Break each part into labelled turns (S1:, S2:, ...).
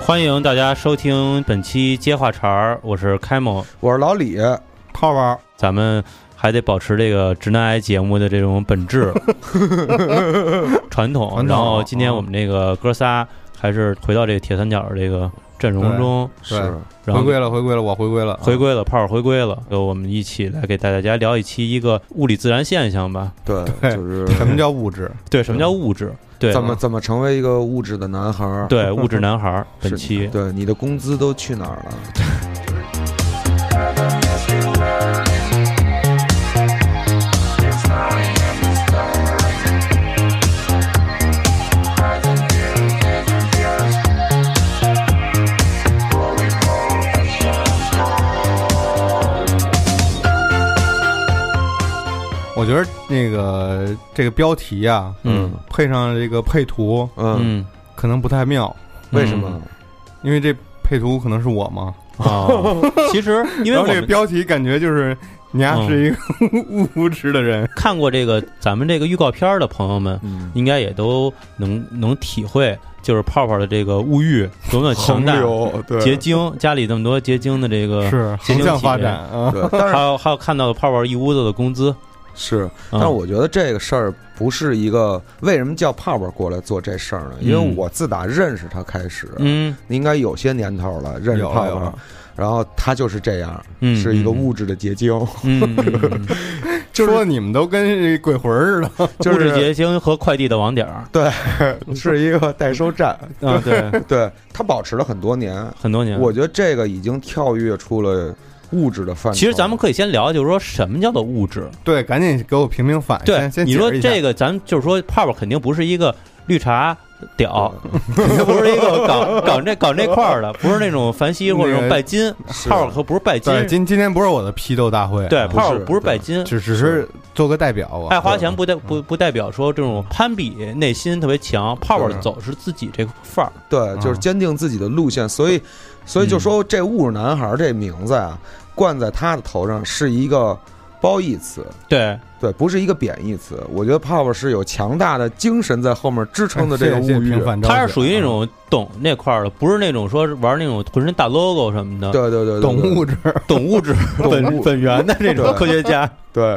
S1: 欢迎大家收听本期接话茬儿，我是开某，
S2: 我是老李，泡泡，
S1: 咱们还得保持这个直男癌节目的这种本质传统。
S2: 传统
S1: 然后今天
S2: 嗯
S1: 我们这个哥仨还是回到这个铁三角这个阵容中，
S2: 是
S3: 对
S1: 然
S3: 回
S1: 后
S3: 归了，回归了，我回归了，啊
S1: 回归了，炮儿回归了，呃我们一起来给大家聊一期一个物理自然现象吧。
S2: 对，
S3: 对
S2: 就是
S3: 什么叫物质？
S1: 对，什么叫物质？对，
S2: 怎么怎么成为一个物质的男孩儿？
S1: 对物质男孩儿？
S2: 是，
S1: 本期
S2: 对你的工资都去哪儿了？
S3: 我觉得那个这个标题啊，
S1: 嗯
S3: 配上这个配图
S2: 嗯，
S1: 嗯，
S3: 可能不太妙，
S2: 为什么？
S3: 因为这配图可能是我嘛，
S1: 啊？其实因为
S3: 然
S1: 我
S3: 后这个
S1: 们
S3: 标题感觉就是你丫
S1: 嗯
S3: 是一个 物质的人，
S1: 看过这个咱们这个预告片儿的朋友们，
S2: 嗯，
S1: 应该也都能能体会，就是泡泡的这个物欲多么强 大，
S3: 流
S1: 结
S3: 对
S1: 晶家里这么多结晶的这个，
S3: 是
S1: 结晶
S3: 横向
S1: 体
S3: 发展啊，
S2: 对，但
S1: 还
S2: 是
S1: 有还有看到的泡泡一屋子的工资，
S2: 是，
S1: 嗯
S2: 但是我觉得这个事儿不是一个为什么叫泡泡过来做这事儿呢？因为
S1: 嗯
S2: 我自打认识他开始，
S1: 嗯
S2: 应该有些年头了，认识
S3: 有
S2: 泡
S3: 有
S2: 泡，然后他就是这样，
S1: 嗯，
S2: 是一个物质的结晶，
S1: 嗯，嗯，嗯嗯
S3: 说你们都跟鬼魂儿似的，
S2: 就
S1: 物质
S2: 是
S1: 结晶和快递的网点儿，
S2: 是一个代收站，
S1: 啊，对，
S2: 对他保持了很多年，
S1: 很多年。
S2: 我觉得这个已经跳跃出了物质的范畴。
S1: 其实咱们可以先聊，就是说什么叫做物质？
S3: 对，赶紧给我评评反，
S1: 对
S2: 哎
S3: 先，先
S1: 你说
S3: 解释一下
S1: 这个，咱们就是说泡泡肯定不是一个绿茶 屌，肯定不是一个搞搞这搞这块儿的，不是那种凡西或者那种拜金，
S2: 是
S1: 泡泡可不是拜金
S3: 对，今今天不是我的批斗大会，
S1: 对，
S3: 啊
S1: 泡泡
S2: 不
S1: 不是
S2: 是
S1: 拜
S2: 对
S1: 金，
S3: 只只是做个代表，啊我
S1: 爱花钱不代不不代表说这种攀比内心特别强，泡泡
S2: 对
S1: 走是自己这范儿，
S2: 对，就是坚定自己的路线，所以，所以就说这“物质男孩”这名字啊，冠在他的头上是一个褒义词，
S1: 对，
S2: 对，不是一个贬义词。我觉得泡泡是有强大的精神在后面支撑的这个 物欲，
S1: 他是属于那种懂那块儿的，不是那种说是玩那种浑身大 logo 什么的，
S2: 对对对，对
S3: 懂物，质，
S1: 懂物质
S2: 懂
S1: 本
S2: 物
S1: 本源的这种
S2: 对
S1: 科学家，
S2: 对，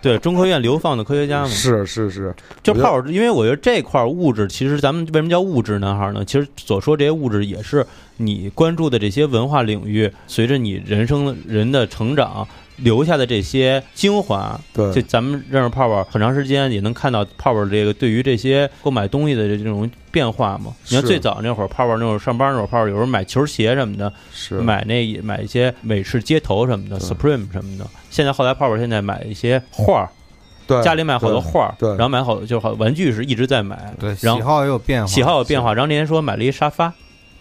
S1: 对，中科院流放的科学家嘛，
S2: 是是是，
S1: 就
S2: 我觉得
S1: 泡泡，因为我觉得这块儿物质，其实咱们为什么叫物质男孩呢？其实所说这些物质也是你关注的这些文化领域，随着你人生人的成长留下的这些精华，这
S2: 对，
S1: 咱们认识泡泡很长时间，也能看到泡泡这个对于这些购买东西的这种变化嘛。你看
S2: 是
S1: 最早那会儿，泡泡那会儿上班那会儿，泡泡有时候买球鞋什么的，
S2: 是嗯
S1: 买那也买一些美式街头什么的
S2: 对
S1: ，Supreme 什么的。现在后来泡泡现在买一些画儿，
S2: 对
S1: 家里买好多画儿，
S2: 哎对对
S1: 然后买好就是好玩具是一直在买，
S3: 对，喜
S1: 然后
S3: 好也有变化，
S1: 喜好有变化。然后那天说买了一沙发，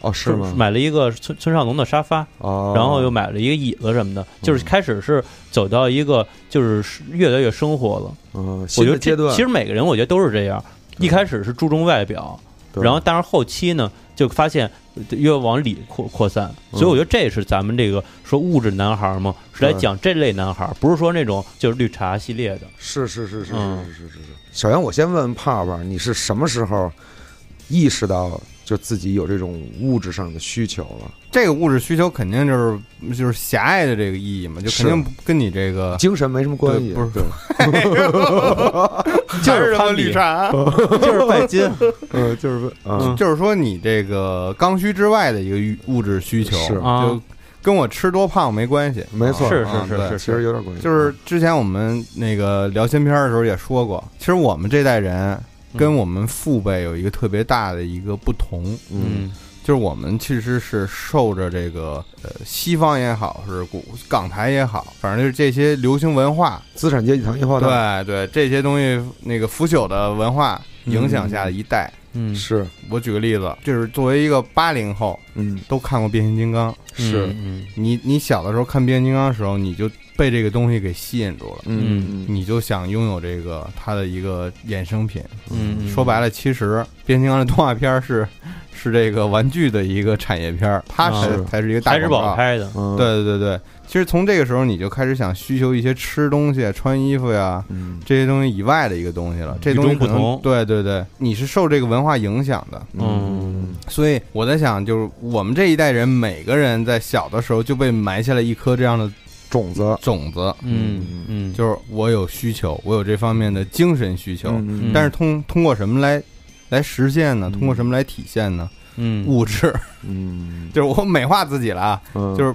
S2: 哦是吗？
S1: 买了一个村村上龙的沙发，
S2: 哦，
S1: 然后又买了一个椅子什么的，就是
S2: 嗯
S1: 开始是走到一个就是越来越生活了。
S2: 嗯，
S1: 我
S2: 新
S1: 觉得
S2: 的
S1: 这
S2: 阶段
S1: 其实每个人我觉得都是这样，
S2: 对
S1: 一开始是注重外表，
S2: 对
S1: 然后但是后期呢就发现呃越往里扩扩散，所以我觉得这是咱们这个说物质男孩儿嘛，是来
S2: 对
S1: 讲这类男孩儿，不是说那种就是绿茶系列的。
S2: 是是是是
S1: 嗯
S2: 是是是是。首先，我先问问泡泡，你是什么时候意识到就自己有这种物质上的需求了？
S3: 这个物质需求肯定就是就是狭隘的这个意义嘛，就肯定不跟你这个
S2: 精神没什么关系，
S3: 啊对不是
S2: 对，
S1: 就是
S3: 他
S1: 攀
S3: 妈
S1: 比
S3: 绿茶，
S1: 就是拜金，
S2: 嗯，就是嗯，
S3: 就是说你这个刚需之外的一个欲物质需求，
S2: 是
S1: 啊
S3: 就跟我吃多胖没关系，
S2: 没错，
S1: 是
S3: 啊
S1: 是
S3: 对
S1: 是是
S2: 其实有点关系，
S3: 就是之前我们那个聊新片儿的时候也说过，其实我们这代人
S1: 嗯
S3: 跟我们父辈有一个特别大的一个不同，
S2: 嗯，
S1: 嗯
S3: 就是我们其实是受着这个呃西方也好，是古港台也好，反正就是这些流行文化，
S2: 资产阶级糖衣炮弹，
S3: 对对，这些东西那个腐朽的文化影响下的一代。
S1: 嗯
S2: 是，
S3: 我举个例子，就是作为一个八零后，
S2: 嗯，
S3: 都看过变形金刚。
S2: 是，
S1: 嗯
S3: 你你小的时候看变形金刚的时候，你就被这个东西给吸引住了，
S2: 嗯嗯
S3: 你就想拥有这个它的一个衍生品。
S1: 嗯，嗯
S3: 说白了，其实变形金刚的动画片儿是是这个玩具的一个产业片儿，
S1: 啊
S3: 它才
S2: 是
S3: 才是一个大
S1: 海之
S3: 广告
S1: 宝拍的，
S2: 嗯，
S3: 对对对对，其实从这个时候你就开始想需求一些吃东西、穿衣服呀
S2: 嗯，
S3: 这些东西以外的一个东西了。这
S1: 嗯与
S3: 东西
S1: 众不
S3: 可能
S1: 同
S3: 对对对，你是受这个文化影响的，
S1: 嗯
S3: 所以我在想，就是我们这一代人每个人在小的时候就被埋下了一颗这样的
S2: 种子，
S3: 种子，
S1: 嗯嗯，
S3: 就是我有需求，我有这方面的精神需求，
S2: 嗯
S3: 但是通通过什么来来实现呢？
S2: 嗯
S3: 通过什么来体现呢？
S1: 嗯
S3: 物质，
S2: 嗯，
S3: 就是我美化自己了啊，
S2: 就
S3: 就是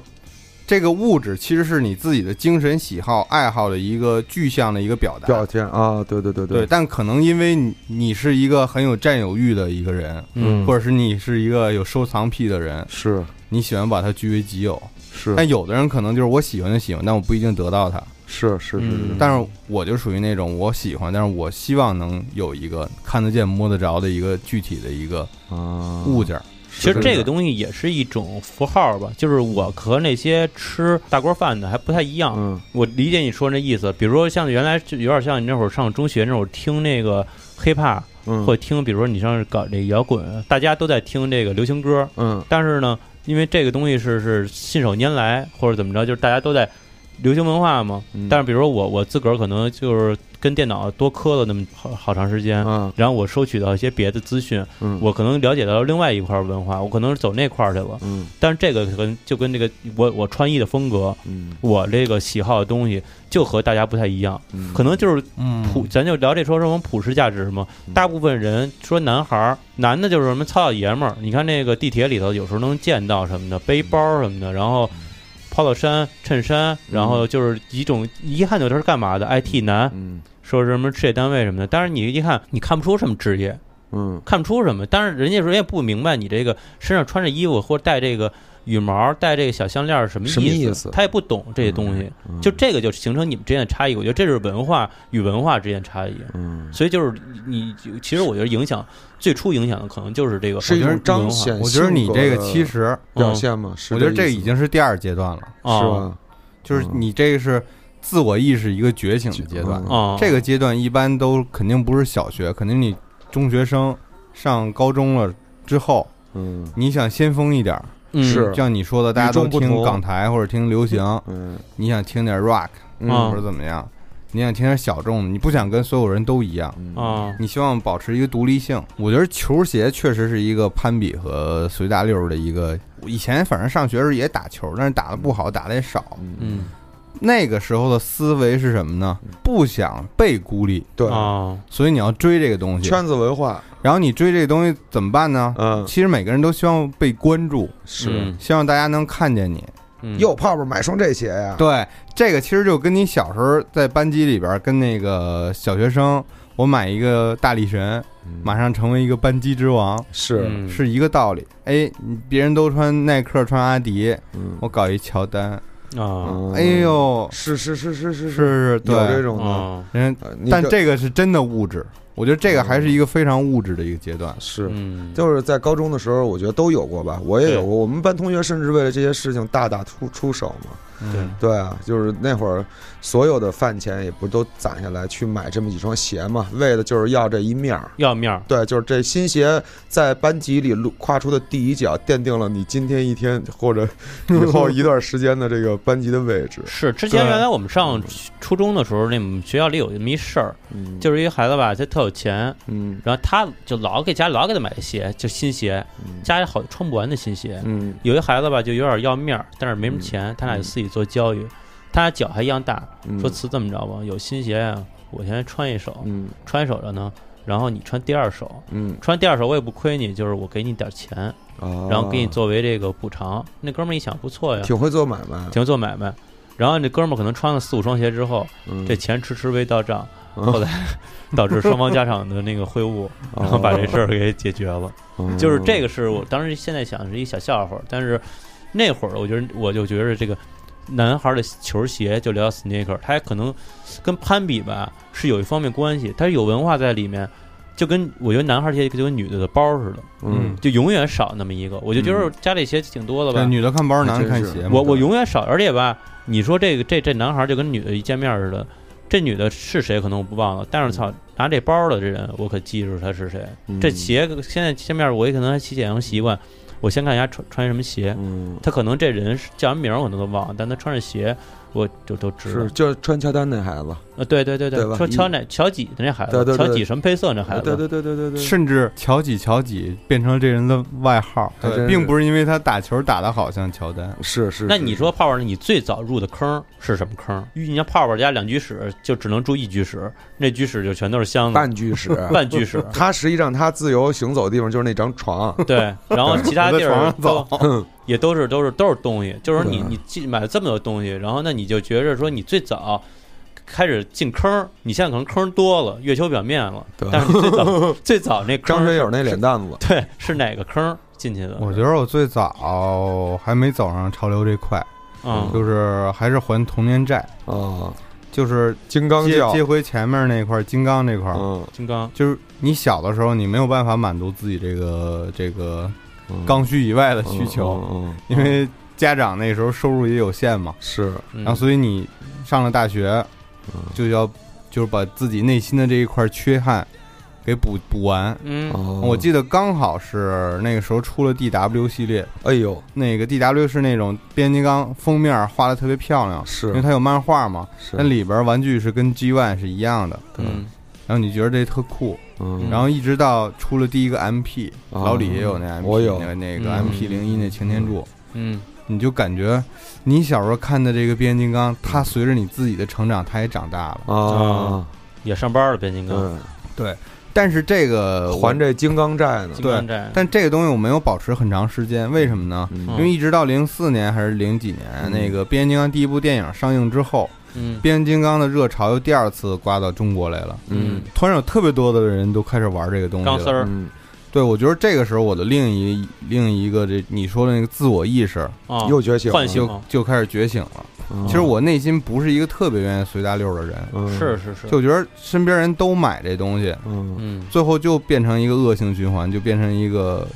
S3: 这个物质其实是你自己的精神喜好、爱好的一个具象的一个表达。
S2: 表现啊，对对对
S3: 对，，但可能因为你你是一个很有占有欲的一个人，
S1: 嗯
S3: 或者是你是一个有收藏癖的人，
S2: 是
S3: 你喜欢把它据为己有。
S2: 是
S3: 但有的人可能就是我喜欢就喜欢，但我不一定得到它。
S2: 是是是是
S1: 嗯，
S3: 但是我就属于那种我喜欢，但是我希望能有一个看得见、摸得着的一个具体的一个
S2: 啊
S3: 物件儿。
S1: 其实
S2: 是
S1: 这个东西也是一种符号吧，就是我和那些吃大锅饭的还不太一样。
S2: 嗯
S1: 我理解你说那意思，比如说像原来就有点像你那会儿上中学那会儿听那个 hiphop，
S2: 嗯
S1: 或者听比如说你像是搞这摇滚，大家都在听这个流行歌，
S2: 嗯
S1: 但是呢，因为这个东西是是信手拈来或者怎么着，就是大家都在流行文化嘛。
S2: 嗯
S1: 但是比如说我我自个儿可能就是跟电脑多磕了那么好好长时间，
S2: 啊
S1: 然后我收取到一些别的资讯，
S2: 嗯
S1: 我可能了解到另外一块文化，我可能是走那块儿去了。
S2: 嗯
S1: 但是这个跟就跟这个我我穿衣的风格，
S2: 嗯
S1: 我这个喜好的东西就和大家不太一样，
S2: 嗯
S1: 可能就是
S3: 嗯
S1: 普，咱就聊这说什么普世价值嘛。
S2: 嗯
S1: 大部分人说男孩儿，男的就是什么糙老爷们儿，你看那个地铁里头有时候能见到什么
S2: 嗯
S1: 的，背包什么的，然后 polo 衫、衬
S2: 嗯
S1: 衫，然后就是一种一看就知道是干嘛的 IT 男，
S2: 嗯
S1: 说是什么事业单位什么的。但是你一看，你看不出什么职业，
S2: 嗯
S1: 看不出什么。但是人家人也不明白你这个身上穿着衣服或者戴这个羽毛、戴这个小项链儿什么
S2: 什么
S1: 意
S2: 意思嗯
S1: 他也不懂这些东西。就这个就形成你们之间的差异。我觉得这是文化与文化之间的差异。
S2: 嗯
S1: 所以就是你，其实我觉得影响最初影响的可能就是这个，
S2: 是一种彰显，
S3: 我觉得你这个其实，
S2: 表现嘛，嗯是
S3: 我觉得这
S2: 个
S3: 已经是第二阶段了，
S2: 是
S1: 啊
S2: 吧？
S3: 就是你这个是自我意识一个觉醒的阶段。
S2: 嗯
S1: 啊，
S3: 这个阶段一般都肯定不是小学，肯定你中学生上高中了之后，
S2: 嗯
S3: 你想先锋一点儿，
S1: 嗯
S2: 是
S3: 像你说的，大家都
S2: 与众不
S3: 听
S2: 同
S3: 港台或者听流行，
S2: 嗯
S3: 你想听点 rock
S1: 啊
S3: 或者怎么样，你想听点小众，你不想跟所有人都一样。
S2: 嗯
S1: 啊，
S3: 你希望保持一个独立性，我觉得球鞋确实是一个攀比和随大溜儿的一个。我以前反正上学时候也打球，但是打的不好，打的也少。
S2: 嗯
S1: 嗯
S3: 那个时候的思维是什么呢？不想被孤立，
S2: 对
S1: 啊，
S3: 所以你要追这个东西。
S2: 圈子文化
S3: 然后你追这个东西怎么办呢？
S2: 嗯
S3: 其实每个人都希望被关注，
S2: 是
S3: 希望大家能看见
S2: 啊
S3: 你。
S1: 嗯
S2: 哟泡泡买双这鞋呀
S3: 对，这个其实就跟你小时候在班级里边儿跟那个小学生，我买一个大力神，
S2: 嗯
S3: 马上成为一个班级之王，
S2: 是
S1: 嗯
S3: 是一个道理。哎，你别人都穿耐克、穿阿迪，
S2: 嗯
S3: 我搞一乔丹，
S1: 啊
S3: 哦哎呦，
S2: 是是是是是
S3: 是是，
S2: 有这
S3: 对，
S2: 种的，
S1: 啊，
S3: 人，
S2: 呃你
S3: 但这个是真的物质，我觉得这个还是一个非常物质的一个阶段。
S2: 是
S1: 嗯，
S2: 就是在高中的时候，我觉得都有过吧，我也有过。我们班同学甚至为了这些事情大打出出手嘛。
S1: 对
S2: 对啊，就是那会儿所有的饭钱也不都攒下来去买这么几双鞋嘛，为的就是要这一面儿。
S1: 要面儿，
S2: 对，就是这新鞋在班级里路跨出的第一脚，奠定了你今天一天或者以后一段时间的这个班级的位置。
S1: 是之前
S3: 对
S1: 原来我们上初中的时候，那我们学校里有这么一事儿，
S2: 嗯，
S1: 就是一个孩子吧，他特有钱，
S2: 嗯
S1: 然后他就老给家里老给他买鞋，就新鞋，家里好穿不完的新鞋。
S2: 嗯
S1: 有一孩子吧，就有点要面儿，但是没什么钱，他俩就自己做交易，他俩脚还一样大，
S2: 嗯
S1: 说词这么着吧，有新鞋啊，我先穿一手，
S2: 嗯
S1: 穿一手着呢，然后你穿第二手，
S2: 嗯，
S1: 穿第二手我也不亏你，就是我给你点钱，
S2: 啊
S1: 嗯然后给你作为这个补偿。那哥们儿一想不错呀，
S2: 挺会做买卖，
S1: 挺会做买卖。然后那哥们儿可能穿了四五双鞋之后，
S2: 嗯
S1: 这钱迟迟未到账，
S2: 嗯
S1: 后来 导致双方家长的那个会 晤，然后把
S2: 哦
S1: 这事儿给解决了。
S2: 啊嗯
S1: 就是这个是我当时现在想是一小笑话，但是那会儿我觉得我就觉得这个男孩的球鞋就聊 sneaker，它可能跟攀比吧是有一方面关系，它是有文化在里面，就跟我觉得男孩鞋就跟女的的包似的，
S2: 嗯
S1: 就永远少那么一个。我就觉得家里鞋挺多的吧
S3: 对，，嗯女的看包，
S2: 还
S3: 男的
S2: 真
S3: 看
S2: 是
S3: 鞋嘛。
S1: 我
S3: 对
S1: 我永远少，而且吧，你说这个这这男孩就跟女的一见面似的，这女的是谁可能我不忘了，
S3: 嗯
S1: 但是操，拿这包的这人我可记住他是谁。
S2: 嗯
S1: 这，鞋现在见面我也可能还起剪成习惯，我先看一下穿穿什么鞋。
S2: 嗯，
S1: 他可能这人是叫什么名儿我可能都忘了，但他穿着鞋我就都知道
S2: 是。就是穿乔丹那孩子，
S1: 啊，对对对
S2: 对吧
S1: 说
S2: 嗯
S1: 乔哪乔几的那孩
S2: 对
S1: 子，
S2: 对
S1: 乔
S2: 对
S1: 几什么配色那孩子，
S2: 对对对对对对，
S3: 甚至乔几乔几变成这人的外号，
S2: 还真是
S3: 并不是因为他打球打得好像乔丹，
S2: 是是。
S1: 那
S2: 是
S1: 你说泡泡，你最早入的坑是什么坑？你像泡泡家两居室，就只能住一居室，那居室就全都是箱子、
S2: 半居室，。
S1: 半居室
S2: 他实际上他自由行走的地方就是那张 床，
S1: 对，然后其他地
S3: 我在
S1: 儿
S3: 床
S1: 都
S3: 上
S2: 嗯
S1: 也都是都是都是东西，就是说你
S2: 对
S1: 你进买了这么多东西，然后那你就觉着说你最早开始进坑，你现在可能坑多了，月球表面了
S2: 对，
S1: 但是你最早 最早那坑
S2: 张学友那
S1: 是
S2: 脸蛋子，
S1: 对是哪个坑进去的？
S3: 我觉得我最早还没走上潮流这块，
S1: 嗯
S3: 就是还是还童年债，
S2: 啊，
S3: 就是
S2: 金刚
S3: 接
S2: 教，
S3: 接回前面那块儿金刚那块儿，
S2: 嗯，
S1: 金刚
S3: 就是你小的时候你没有办法满足自己这个这个
S2: 嗯
S3: 刚需以外的需求，
S2: 嗯，嗯嗯
S3: 因为家长那时候收入也有限嘛，
S2: 是
S1: 嗯
S3: 然后所以你上了大学
S2: 嗯
S3: 就要就是把自己内心的这一块缺憾给补补完。
S1: 嗯
S2: 哦
S3: 我记得刚好是那个时候出了 DW 系列，
S2: 哎呦，
S3: 那个 DW 是那种变形金刚封面画的特别漂亮，
S2: 是
S3: 因为它有漫画嘛，
S2: 是
S3: 那里边玩具是跟 G One 是一样的，
S1: 嗯
S3: 然后你觉得这特酷，
S2: 嗯，
S3: 然后一直到出了第一个 MP，
S2: 啊
S3: 老李也有那 MP，
S2: 我有
S3: 那个那个
S1: 嗯
S3: MP 零一那擎天柱，
S1: 嗯
S3: 你就感觉你小时候看的这个变形金刚，它随着你自己的成长，它也长大
S1: 嗯
S3: 了。嗯
S2: 啊，
S1: 也上班了，变形金刚。
S2: 对，
S3: 但是这个我
S2: 还，这金刚债呢
S1: 呃金，刚站，
S3: 但这个东西我没有保持很长时间，为什么呢？因
S1: 嗯
S3: 为一直到零四年还是零几年，
S2: 嗯
S3: 那个变形金刚第一部电影上映之后，
S1: 嗯
S3: 变形金刚的热潮又第二次刮到中国来了。
S1: 嗯
S3: 突然有特别多的人都开始玩这个东西
S1: 钢丝
S3: 了。
S1: 儿
S2: 嗯，
S3: 对，我觉得这个时候我的另一另一个这你说的那个自我意识
S1: 啊，
S2: 嗯又觉醒了，
S1: 唤醒
S3: 就
S1: 了
S3: 就开始觉醒了。
S2: 嗯
S3: 其实我内心不是一个特别愿意随大溜的人，
S2: 嗯
S1: 是是是，
S3: 就觉得身边人都买这东西，
S2: 嗯
S1: 嗯
S3: 最后就变成一个恶性循环，就变成一个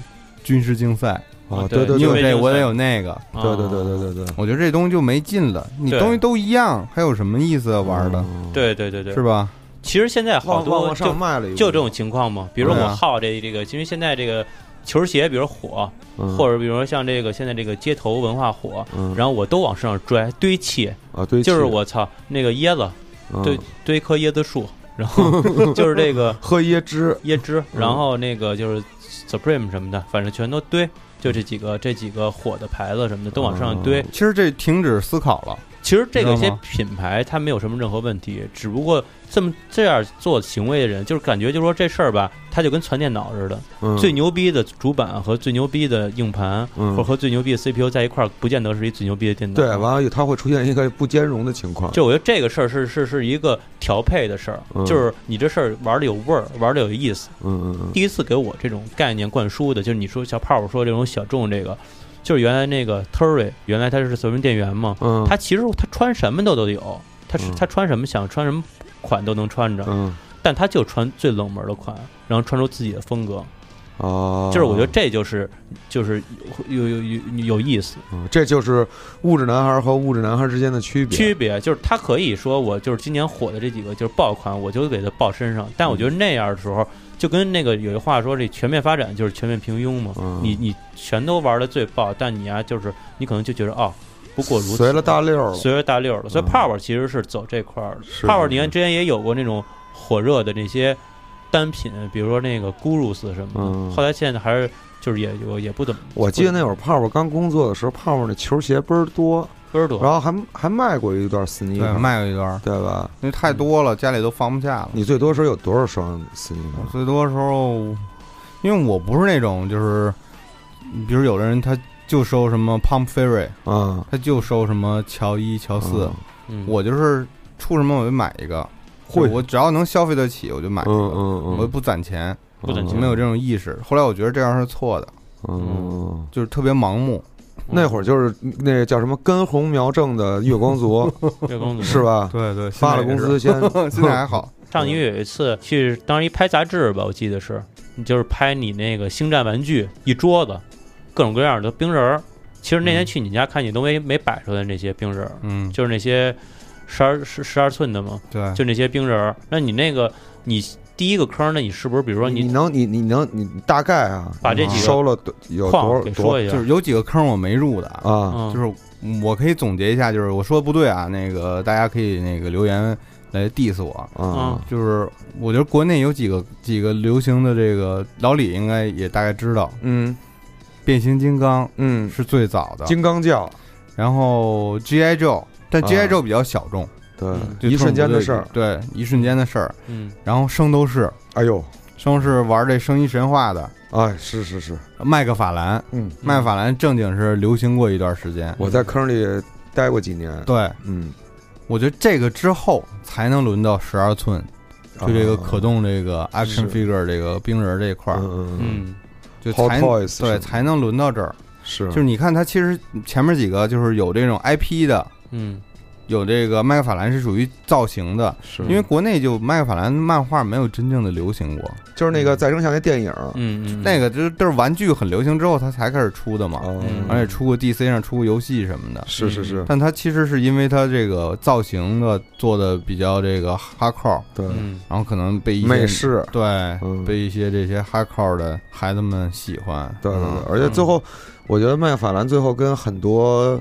S3: 军事竞赛。
S2: 啊，
S1: 对
S2: 对对
S3: 你有
S2: 对
S1: 因为
S3: 这，我得有那个。
S1: 啊
S2: 对对对对对对，
S3: 我觉得这东西就没劲了，你
S1: 对
S3: 东西都一样，还有什么意思啊玩的，
S2: 嗯，
S1: 对对对对，
S3: 是吧？
S1: 其实现在好
S2: 往往
S1: 多
S2: 往
S1: 就
S2: 上卖了一步，
S1: 就这种情况嘛，比如说
S3: 对
S1: 我
S3: 啊
S1: 好这这个，因为现在这个球鞋比如火，
S2: 嗯，
S1: 或者比如说像这个现在这个街头文化火，
S2: 嗯，
S1: 然后我都往身上拽堆砌，
S2: 后啊，对，
S1: 就是我操那个椰子
S2: 嗯
S1: 堆堆棵椰子树，然后就是这个
S2: 喝椰汁，
S1: 椰汁，
S2: 嗯
S1: 然后那个就是 Supreme 什么的，反正全都堆。就这几个这几个火的牌子什么的都往身上堆，
S3: 其实这停止思考了，
S1: 其实这个一
S3: 知
S1: 些
S3: 道吗
S1: 品牌它没有什么任何问题，只不过这么这样做行为的人，就是感觉就说这事儿吧，它就跟传电脑似的，
S2: 嗯
S1: 最，牛逼的主板和最牛逼的硬盘，
S2: 嗯
S1: 或者和最牛逼的 CPU 在一块儿，不见得是一最牛逼的电脑。
S2: 对，完了以后它会出现一个不兼容的情况，
S1: 就我觉得这个事儿是是是一个调配的事儿，
S2: 嗯
S1: 就是你这事儿玩的有味儿，玩的有意思。
S2: 嗯嗯
S1: 第一次给我这种概念灌输的，就是你说小泡泡说这种小众这个，就是原来那个 Terry，原来他是随身店员嘛，
S2: 嗯，
S1: 他其实他穿什么都都有，他是
S2: 嗯
S1: 他穿什么想穿什么款都能穿着，
S2: 嗯
S1: 但他就穿最冷门的款，然后穿出自己的风格。
S2: 哦，
S1: 就是我觉得这就是就是有有有有有意思
S2: 嗯这就是物质男孩和物质男孩之间的区别，
S1: 区别，就是他可以说我就是今年火的这几个就是爆款，我就给它爆身上，但我觉得
S2: 嗯
S1: 那样的时候就跟那个有一话说这全面发展就是全面平庸嘛，
S2: 嗯
S1: 你你全都玩的最爆，但你呀、啊就是你可能就觉得哦不过如此，
S2: 随了大溜儿了，
S1: 随了大溜了，所以
S2: 嗯
S1: 泡泡其实是走这块儿的，
S2: 是
S1: 泡泡
S2: 是
S1: 你看之前也有过那种火热的那些单品，比如说那个 Gurus 什么的，
S2: 嗯
S1: 后来现在还是就是也我也不怎么，
S2: 我记得那会儿泡泡刚工作的时候，泡泡那球鞋倍儿多，
S1: 不是多
S2: 然后还还卖过一段 sneaker，
S3: 卖过一段，
S2: 对吧？
S3: 因为太多了，家里都放不下了。
S2: 你最多时候有多少双
S3: 我
S2: sneaker？
S3: 最多时候，因为我不是那种就是，比如有的人他就收什么 Pump Fury，
S2: 啊，
S3: 他就收什么乔一、乔哦四
S1: 嗯
S2: 嗯，
S3: 我就是出什么我就买一个，
S2: 会
S3: 就我只要能消费得起我就买一
S2: 嗯
S3: 个，
S2: 嗯嗯，
S3: 我又不攒钱，
S1: 不准
S3: 我
S1: 确
S3: 没有这种意识。后来我觉得这样是错的，
S2: 嗯。
S3: 就是特别盲目。
S1: 嗯
S2: 那会儿就是那叫什么根红苗正的月光族
S1: 月公子
S2: 是吧？
S3: 对对，
S2: 发了工资先
S3: 现 在还好，
S1: 上个月有一次去，当时一拍杂志吧，我记得是，就是拍你那个星战玩具一桌子，各种各样
S2: 嗯
S1: 的冰人儿。其实那天去你家看，你都没没摆出来那些冰人儿，
S3: 嗯，
S1: 就是那些十二十十二寸的嘛，
S2: 嗯
S3: 对，
S1: 就那些冰人儿。那你那个你第一个坑，那你是不是比如说
S2: 你能你你能你大概啊，
S1: 把这
S3: 几个
S2: 收了多嗯有多
S1: 矿
S2: 少
S1: 给
S2: 多
S1: 说一下
S3: 就？是有几个坑我没入的，
S2: 啊？
S1: 嗯，
S3: 就是我可以总结一下，就是我说的不对啊，那个大家可以那个留言来 diss 我。
S1: 嗯
S2: 啊
S3: 就是我觉得国内有几个几个流行的这个，老李应该也大概知道，
S2: 嗯
S3: 变形金刚
S2: 嗯，
S3: 是最早的，
S2: 金刚教，
S3: 然后 G.I. Joe，但
S2: 啊
S3: G.I. Joe 比较小众，
S2: 对
S1: 嗯，
S3: 就
S2: 一瞬间的
S3: 特种部队
S2: 事儿。
S3: 对，一瞬间的事儿。
S1: 嗯，
S3: 然后圣斗士，
S2: 哎呦，
S3: 圣斗士玩这圣衣神话的，
S2: 哎，是是是，
S3: 麦克法兰，
S2: 嗯，
S1: 嗯
S3: 麦克法兰正经是流行过一段时间。
S2: 我在坑里待过几年，
S3: 嗯对，
S2: 嗯，
S3: 我觉得这个之后才能轮到十二寸，就这个可动这个 action
S2: 啊是
S3: figure 这个冰人这一块
S2: 啊，
S3: 儿，
S2: 嗯嗯
S1: 嗯
S3: 就
S2: 嗯，Hot
S3: 才
S2: Toys
S3: 对
S2: 是
S3: 才能轮到这儿。
S2: 是
S3: 就是你看，它其实前面几个就是有这种 IP 的，
S1: 嗯，
S3: 有这个麦克法兰是属于造型的，
S2: 是
S3: 因为国内就麦克法兰漫画没有真正的流行过，
S2: 就是那个再生下那电影，
S1: 嗯嗯，
S3: 那
S1: 个
S3: 个就是就是玩具很流行之后，它才开始出的嘛，
S2: 哦
S1: 嗯
S3: 而且出过 DC 上出过游戏什么的。
S2: 是是是，
S3: 但它其实是因为它这个造型的做的比较这个哈扣，
S2: 对，
S1: 嗯
S3: 然后可能被一些
S2: 美式，
S3: 对、
S2: 嗯
S3: 被一些这些哈扣的孩子们喜欢。
S2: 对对对
S3: 嗯，
S2: 而且最后，我觉得麦法兰最后跟很多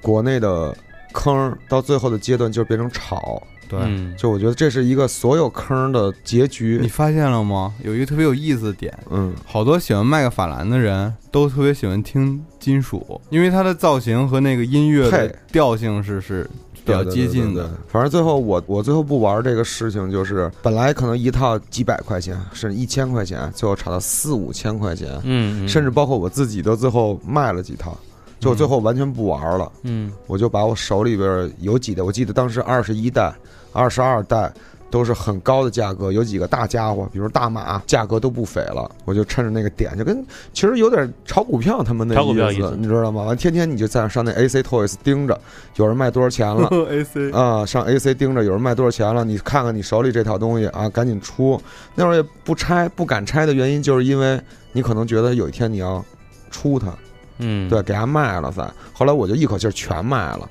S2: 国内的坑儿到最后的阶段就是变成炒，
S3: 对。
S1: 嗯
S2: 就我觉得这是一个所有坑儿的结
S3: 你
S2: 局。
S3: 发现了吗？有一个特别有意思的点，
S2: 嗯，
S3: 好多喜欢麦克法兰的人都特别喜欢听金属，因为它的造型和那个音乐的
S2: 配
S3: 调性是是比较接近
S2: 对。
S3: 的。
S2: 对对对反正最后我我最后不玩这个事情，就是本来可能一套几百块钱，甚至一千块钱，最后炒到四五千块钱，
S1: 嗯，
S2: 甚至包括我自己都最后卖了几套，就我最后完全不玩了。
S1: 嗯
S2: 我就把我手里边有几代，我记得当时二十一代、二十二代都是很高的价格，有几个大家伙，比如大马，价格都不菲了。我就趁着那个点，就跟其实有点炒股票他们那
S1: 炒股票
S2: 意
S1: 意思
S2: 你知道吗？完天天你就在上那 AC Toys 盯着，有人卖多少钱了
S3: A C
S2: 啊、上 AC 盯着有人卖多少钱了，你看看你手里这套东西啊，赶紧出。那会儿也不拆，不敢拆的原因就是因为你可能觉得有一天你要出它，
S1: 嗯，
S2: 对，给他卖了噻。后来我就一口气儿全卖了，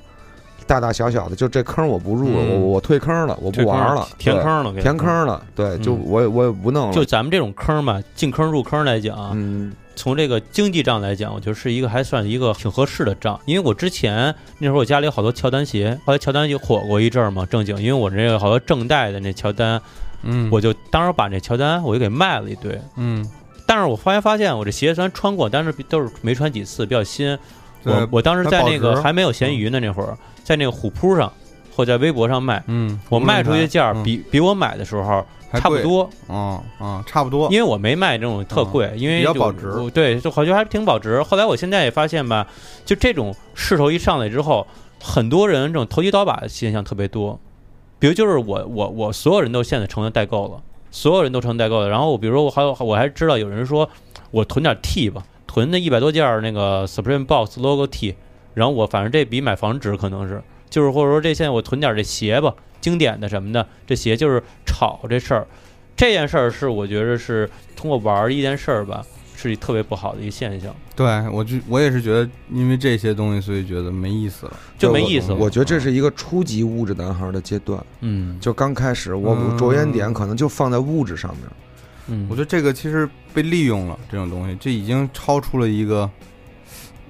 S2: 大大小小的，就这坑我不入了，
S1: 嗯
S2: 我我退坑了，我
S1: 这
S2: 不
S1: 坑
S2: 玩了，
S1: 填
S2: 对
S1: 坑，了，给
S2: 填。坑了，对，就
S1: 嗯
S2: 我也我也不弄了，
S1: 就咱们这种坑吧，进坑入坑来讲啊，
S2: 嗯
S1: 从这个经济账来讲，我觉得是一个还算一个挺合适的账，因为我之前那时候我家里有好多乔丹鞋，后来乔丹也火过一阵儿嘛，正经，因为我这个好多正代的那乔丹，
S3: 嗯，
S1: 我就当时把那乔丹我就给卖了一堆，
S3: 嗯，
S1: 但是我发现发现我这鞋虽然穿过，但是都是没穿几次，比较新。
S3: 对
S1: 我我当时在那
S3: 呃它保
S1: 个
S3: 值
S1: 还没有闲鱼呢那会儿，在那个虎扑上或在微博上卖，
S3: 嗯，
S1: 我卖出去的价儿
S3: 嗯
S1: 比比我买的时候
S3: 还
S1: 差不
S3: 贵，
S1: 多，
S3: 嗯嗯，差不多。
S1: 因为我没卖这种特
S3: 嗯
S1: 贵，因为
S3: 比较
S1: 就
S3: 保值
S1: 我对，就好像还挺保值。后来我现在也发现吧，就这种势头一上来之后，很多人这种投机倒把的现象特别多。比如就是我我我所有人都现在成了代购了，所有人都成代购了。然后我比如说我还有我还知道有人说我囤点 T 吧，囤那一百多件儿那个 Supreme Box Logo T，然后我反正这比买房值可能是，就是或者说这现在我囤点这鞋吧，经典的什么的，这鞋就是炒这事儿，这件事儿是我觉得是通过玩儿一件事儿吧，是一特别不好的一个现象，
S3: 对我就我也是觉得，因为这些东西，所以觉得没意思了。
S1: 就
S2: 对
S1: 没
S2: 我
S1: 意思了。
S2: 我觉得这是一个初级物质男孩的阶段，
S1: 嗯
S2: 就刚开始，我
S3: 嗯
S2: 着眼点可能就放在物质上面。
S1: 嗯，
S3: 我觉得这个其实被利用了，这种东西，这已经超出了一个，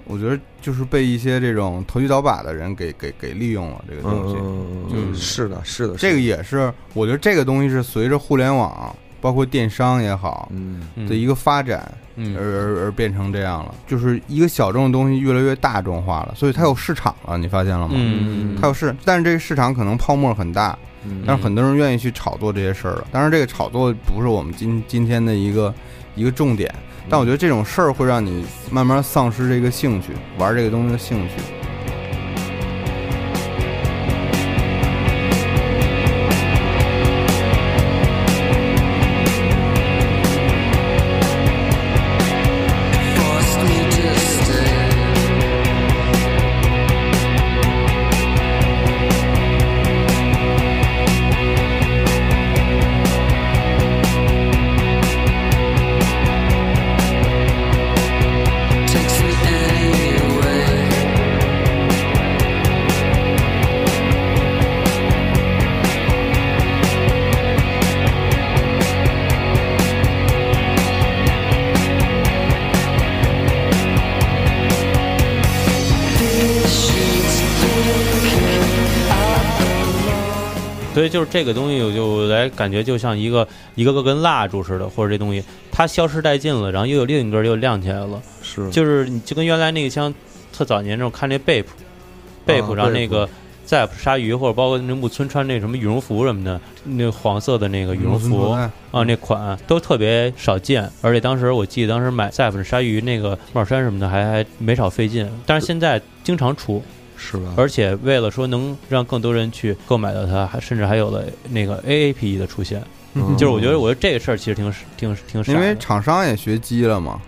S3: 我觉得就是被一些这种投机倒把的人给给给利用了这个
S2: 嗯
S3: 东西。
S2: 嗯嗯
S3: 就
S2: 嗯，
S3: 是
S2: 是的，是的，是
S3: 这个
S2: 的
S3: 也是，我觉得这个东西是随着互联网，包括电商也好
S2: 嗯
S1: 嗯
S3: 的一个发展，而
S1: 嗯
S3: 而而变成这样了，就是一个小众的东西越来越大众化了，所以它有市场了，你发现了吗？
S1: 嗯，
S3: 它有市，但是这个市场可能泡沫很大，
S2: 嗯
S3: 但是很多人愿意去炒作这些事儿了。当然，这个炒作不是我们今今天的一个一个重点，但我觉得这种事儿会让你慢慢丧失这个兴趣，玩这个东西的兴趣。
S4: Forced me to stay. Takes me anyway.
S1: 所以就是这个东西，我就来感觉就像一个一个个跟蜡烛似的，或者这东西它消失殆尽了，然后又有另一根儿又亮起来了，
S2: 是
S1: 就是你就跟原来那个像特早年那种看那贝普，贝普，
S2: 啊
S1: 然后
S2: 贝
S1: 那
S2: 普
S1: 个。在鲨鱼，或者包括那木村穿那什么羽绒服什么的，那黄色的那个羽绒服，啊，那款都特别少见，而且当时我记得当时买 z a p 鲨鱼那个帽衫什么的还还没少费劲，但是现在经常出，
S2: 是吧？
S1: 而且为了说能让更多人去购买到它，还甚至还有了那个 AAPE E 的出现，
S2: 嗯
S1: 就是我觉得我觉得这个事儿其实挺挺挺傻
S3: 哦因为
S1: 的。
S3: 厂商也学鸡了嘛，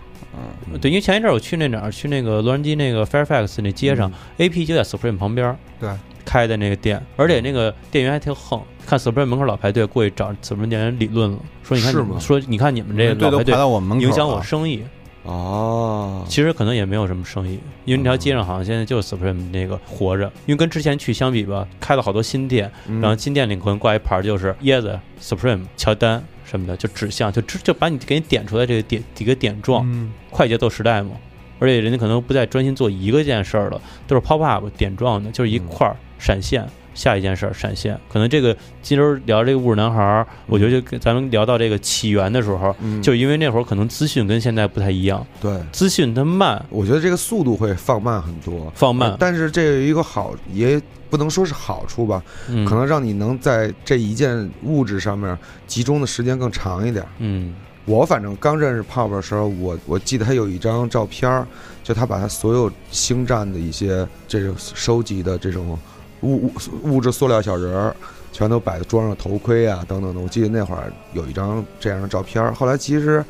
S1: 对，因为前一阵儿我去那哪儿，去那个洛杉矶那个 Fairfax 那街上、a p 就在 Supreme 旁边，
S3: 嗯对，
S1: 开的那个店，而且那个店员还挺横，看 Supreme 门口老排队，过去找 Supreme 店员理论了，说你看
S2: 是
S1: 你
S2: 吗
S1: 说你看你们这
S3: 这
S1: 老排
S3: 队都
S1: 队
S3: 排到我们门口了，啊
S1: 影响我生意。
S2: 哦，
S1: 其实可能也没有什么生意，因为那条街上好像现在就 Supreme 那个活着，因为跟之前去相比吧，开了好多新店，
S2: 嗯
S1: 然后新店里可能挂一牌儿就是椰子、Supreme、乔丹什么的，就指向就指就把你给你点出来这个点几个点状，
S3: 嗯，
S1: 快节奏时代嘛，而且人家可能不再专心做一个件事儿了，都是 pop up 点状的，就是一
S2: 嗯
S1: 块儿闪现。下一件事儿闪现，可能这个今儿聊这个物质男孩儿，我觉得就跟咱们聊到这个起源的时候，
S2: 嗯
S1: 就因为那会儿可能资讯跟现在不太一样，
S2: 对，
S1: 资讯它慢
S2: 我觉得这个速度会放慢很多，
S1: 放慢，
S2: 呃但是这有一个好，也不能说是好处吧，
S1: 嗯
S2: 可能让你能在这一件物质上面集中的时间更长一点。
S1: 嗯
S2: 我反正刚认识泡泡的时候，我我记得他有一张照片儿，就他把他所有星战的一些这种收集的这种物物物质塑料小人儿，全都摆在桌上，头盔啊等等的。我记得那会儿有一张这样的照片儿。后来其实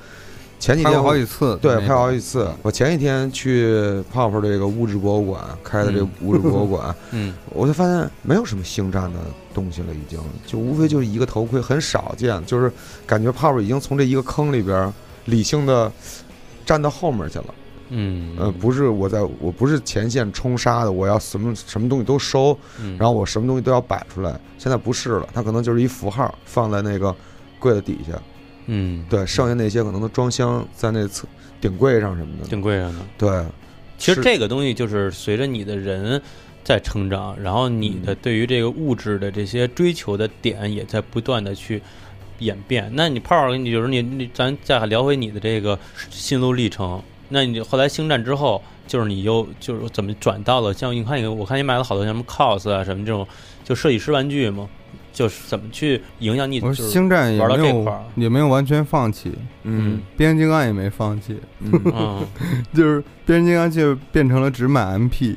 S2: 前几
S3: 拍
S2: 天
S3: 过
S2: 我
S3: 好几次，
S2: 对，
S3: 那
S2: 拍
S3: 个
S2: 好几次。我前几天去泡泡这个物质博物馆开的这
S1: 嗯
S2: 物质博物馆，
S1: 嗯
S2: 我就发现没有什么星战的东西了，已经就无非就是一个头盔，很少见。就是感觉泡泡已经从这一个坑里边儿理性的站到后面去了。
S1: 嗯
S2: 呃，不是我在我不是前线冲杀的，我要什么什么东西都收，
S1: 嗯
S2: 然后我什么东西都要摆出来。现在不是了，它可能就是一符号放在那个柜子底下，
S1: 嗯
S2: 对，剩下那些可能都装箱在那侧顶柜上什么的。
S1: 挺贵上的。
S2: 对，
S1: 其实
S2: 是
S1: 这个东西就是随着你的人在成长，然后你
S3: 嗯
S1: 的对于这个物质的这些追求的点也在不断的去演变。那你泡儿，你就是你你，咱再聊回你的这个心路历程。那你后来星战之后，就是你又就是怎么转到了像你看你我看你买了好多像什么 cos 啊什么这种就设计师玩具嘛，就是怎么去影响你？
S3: 我
S1: 就是
S3: 说星战也
S1: 玩到
S3: 没
S1: 这块
S3: 有
S1: 儿
S3: 也没有完全放弃，
S1: 嗯
S3: 变形金刚也没放弃，
S2: 嗯，
S1: 嗯
S3: 就是变形金刚就变成了只买 MP，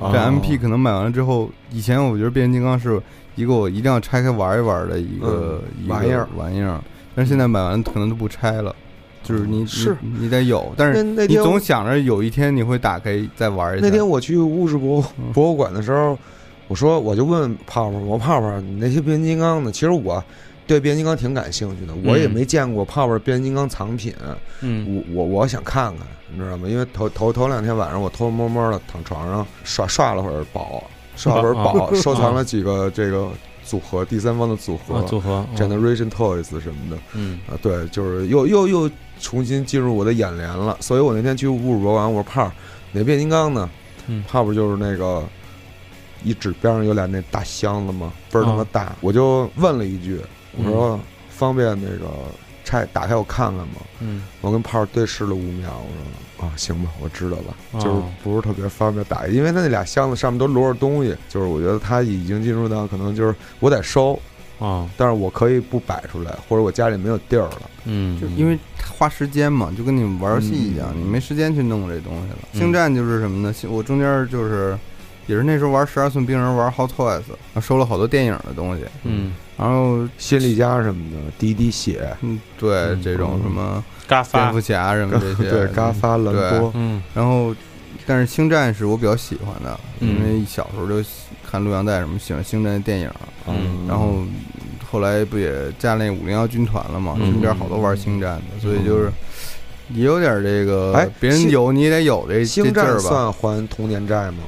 S3: 这
S1: 哦
S3: MP 可能买完了之后，以前我觉得变形金刚是一个我一定要拆开玩一玩的一个
S2: 嗯
S3: 一个
S2: 玩意儿
S3: 玩意儿，但是现在
S1: 嗯
S3: 买完可能都不拆了，就是你
S2: 是
S3: 你你得有，但
S2: 那
S3: 是
S2: 那
S3: 你
S2: 天
S3: 总想着有一天你会打开再玩一下。
S2: 那天我去物质博物
S3: 嗯
S2: 博物馆的时候，我说我就问泡泡，我说泡泡，你那些变形金刚呢？其实我对变形金刚挺感兴趣的，我也没见过泡泡变形金刚藏品，
S1: 嗯
S2: 我我我想看看，你知道吗？因为头头头两天晚上我偷偷摸摸的躺床上刷刷了会儿宝，刷了会儿宝，收藏了几个这个组合，第三方的组
S1: 啊
S2: 合，
S1: 组合
S2: Generation Toys 什么的。
S1: 嗯
S2: 啊，对，就是又又又重新进入我的眼帘了。所以我那天去物质博物馆，我说胖儿哪变形金刚呢？
S1: 嗯
S2: 胖不就是那个一指边上有俩那大箱子吗？倍儿他妈
S1: 啊
S2: 大！我就问了一句，
S1: 嗯
S2: 我说、方便那个拆打开我看看吗？
S1: 嗯
S2: 我跟胖儿对视了五秒，我说啊，行吧，我知道了，就是
S1: 哦
S2: 不是特别方便打开，因为他那俩箱子上面都摞着东西，就是我觉得他已经进入到可能就是我得收，
S1: 啊
S2: 但是我可以不摆出来，或者我家里没有地儿了。
S1: 嗯，
S3: 就因为花时间嘛，就跟你们玩游戏一样，
S2: 嗯
S3: 你没时间去弄这东西了。
S1: 嗯
S3: 星战就是什么呢？星我中间就是也是那时候玩十二寸冰人，玩 Hot Toys，然后收了好多电影的东西，
S1: 嗯
S3: 然后
S2: 心力加什么的，滴滴血，
S3: 嗯，对
S1: 嗯
S3: 这种什么
S1: 嘎
S3: 蝙
S1: 发
S3: 蝠侠什 么这 些，
S2: 对，嘎发兰波，
S1: 嗯
S3: 然后，但是星战是我比较喜欢的，
S1: 嗯
S3: 因为小时候就喜看录像带什么，喜欢星战的电影。
S1: 嗯
S3: 然后后来不也加那五零幺军团了嘛，
S1: 嗯
S3: 身边好多玩星战的，所以就是也有点这个，
S2: 嗯哎
S3: 别人
S2: 星
S3: 有你也得有这这
S2: 星
S3: 劲
S2: 战
S3: 儿吧？
S2: 算还童年债吗？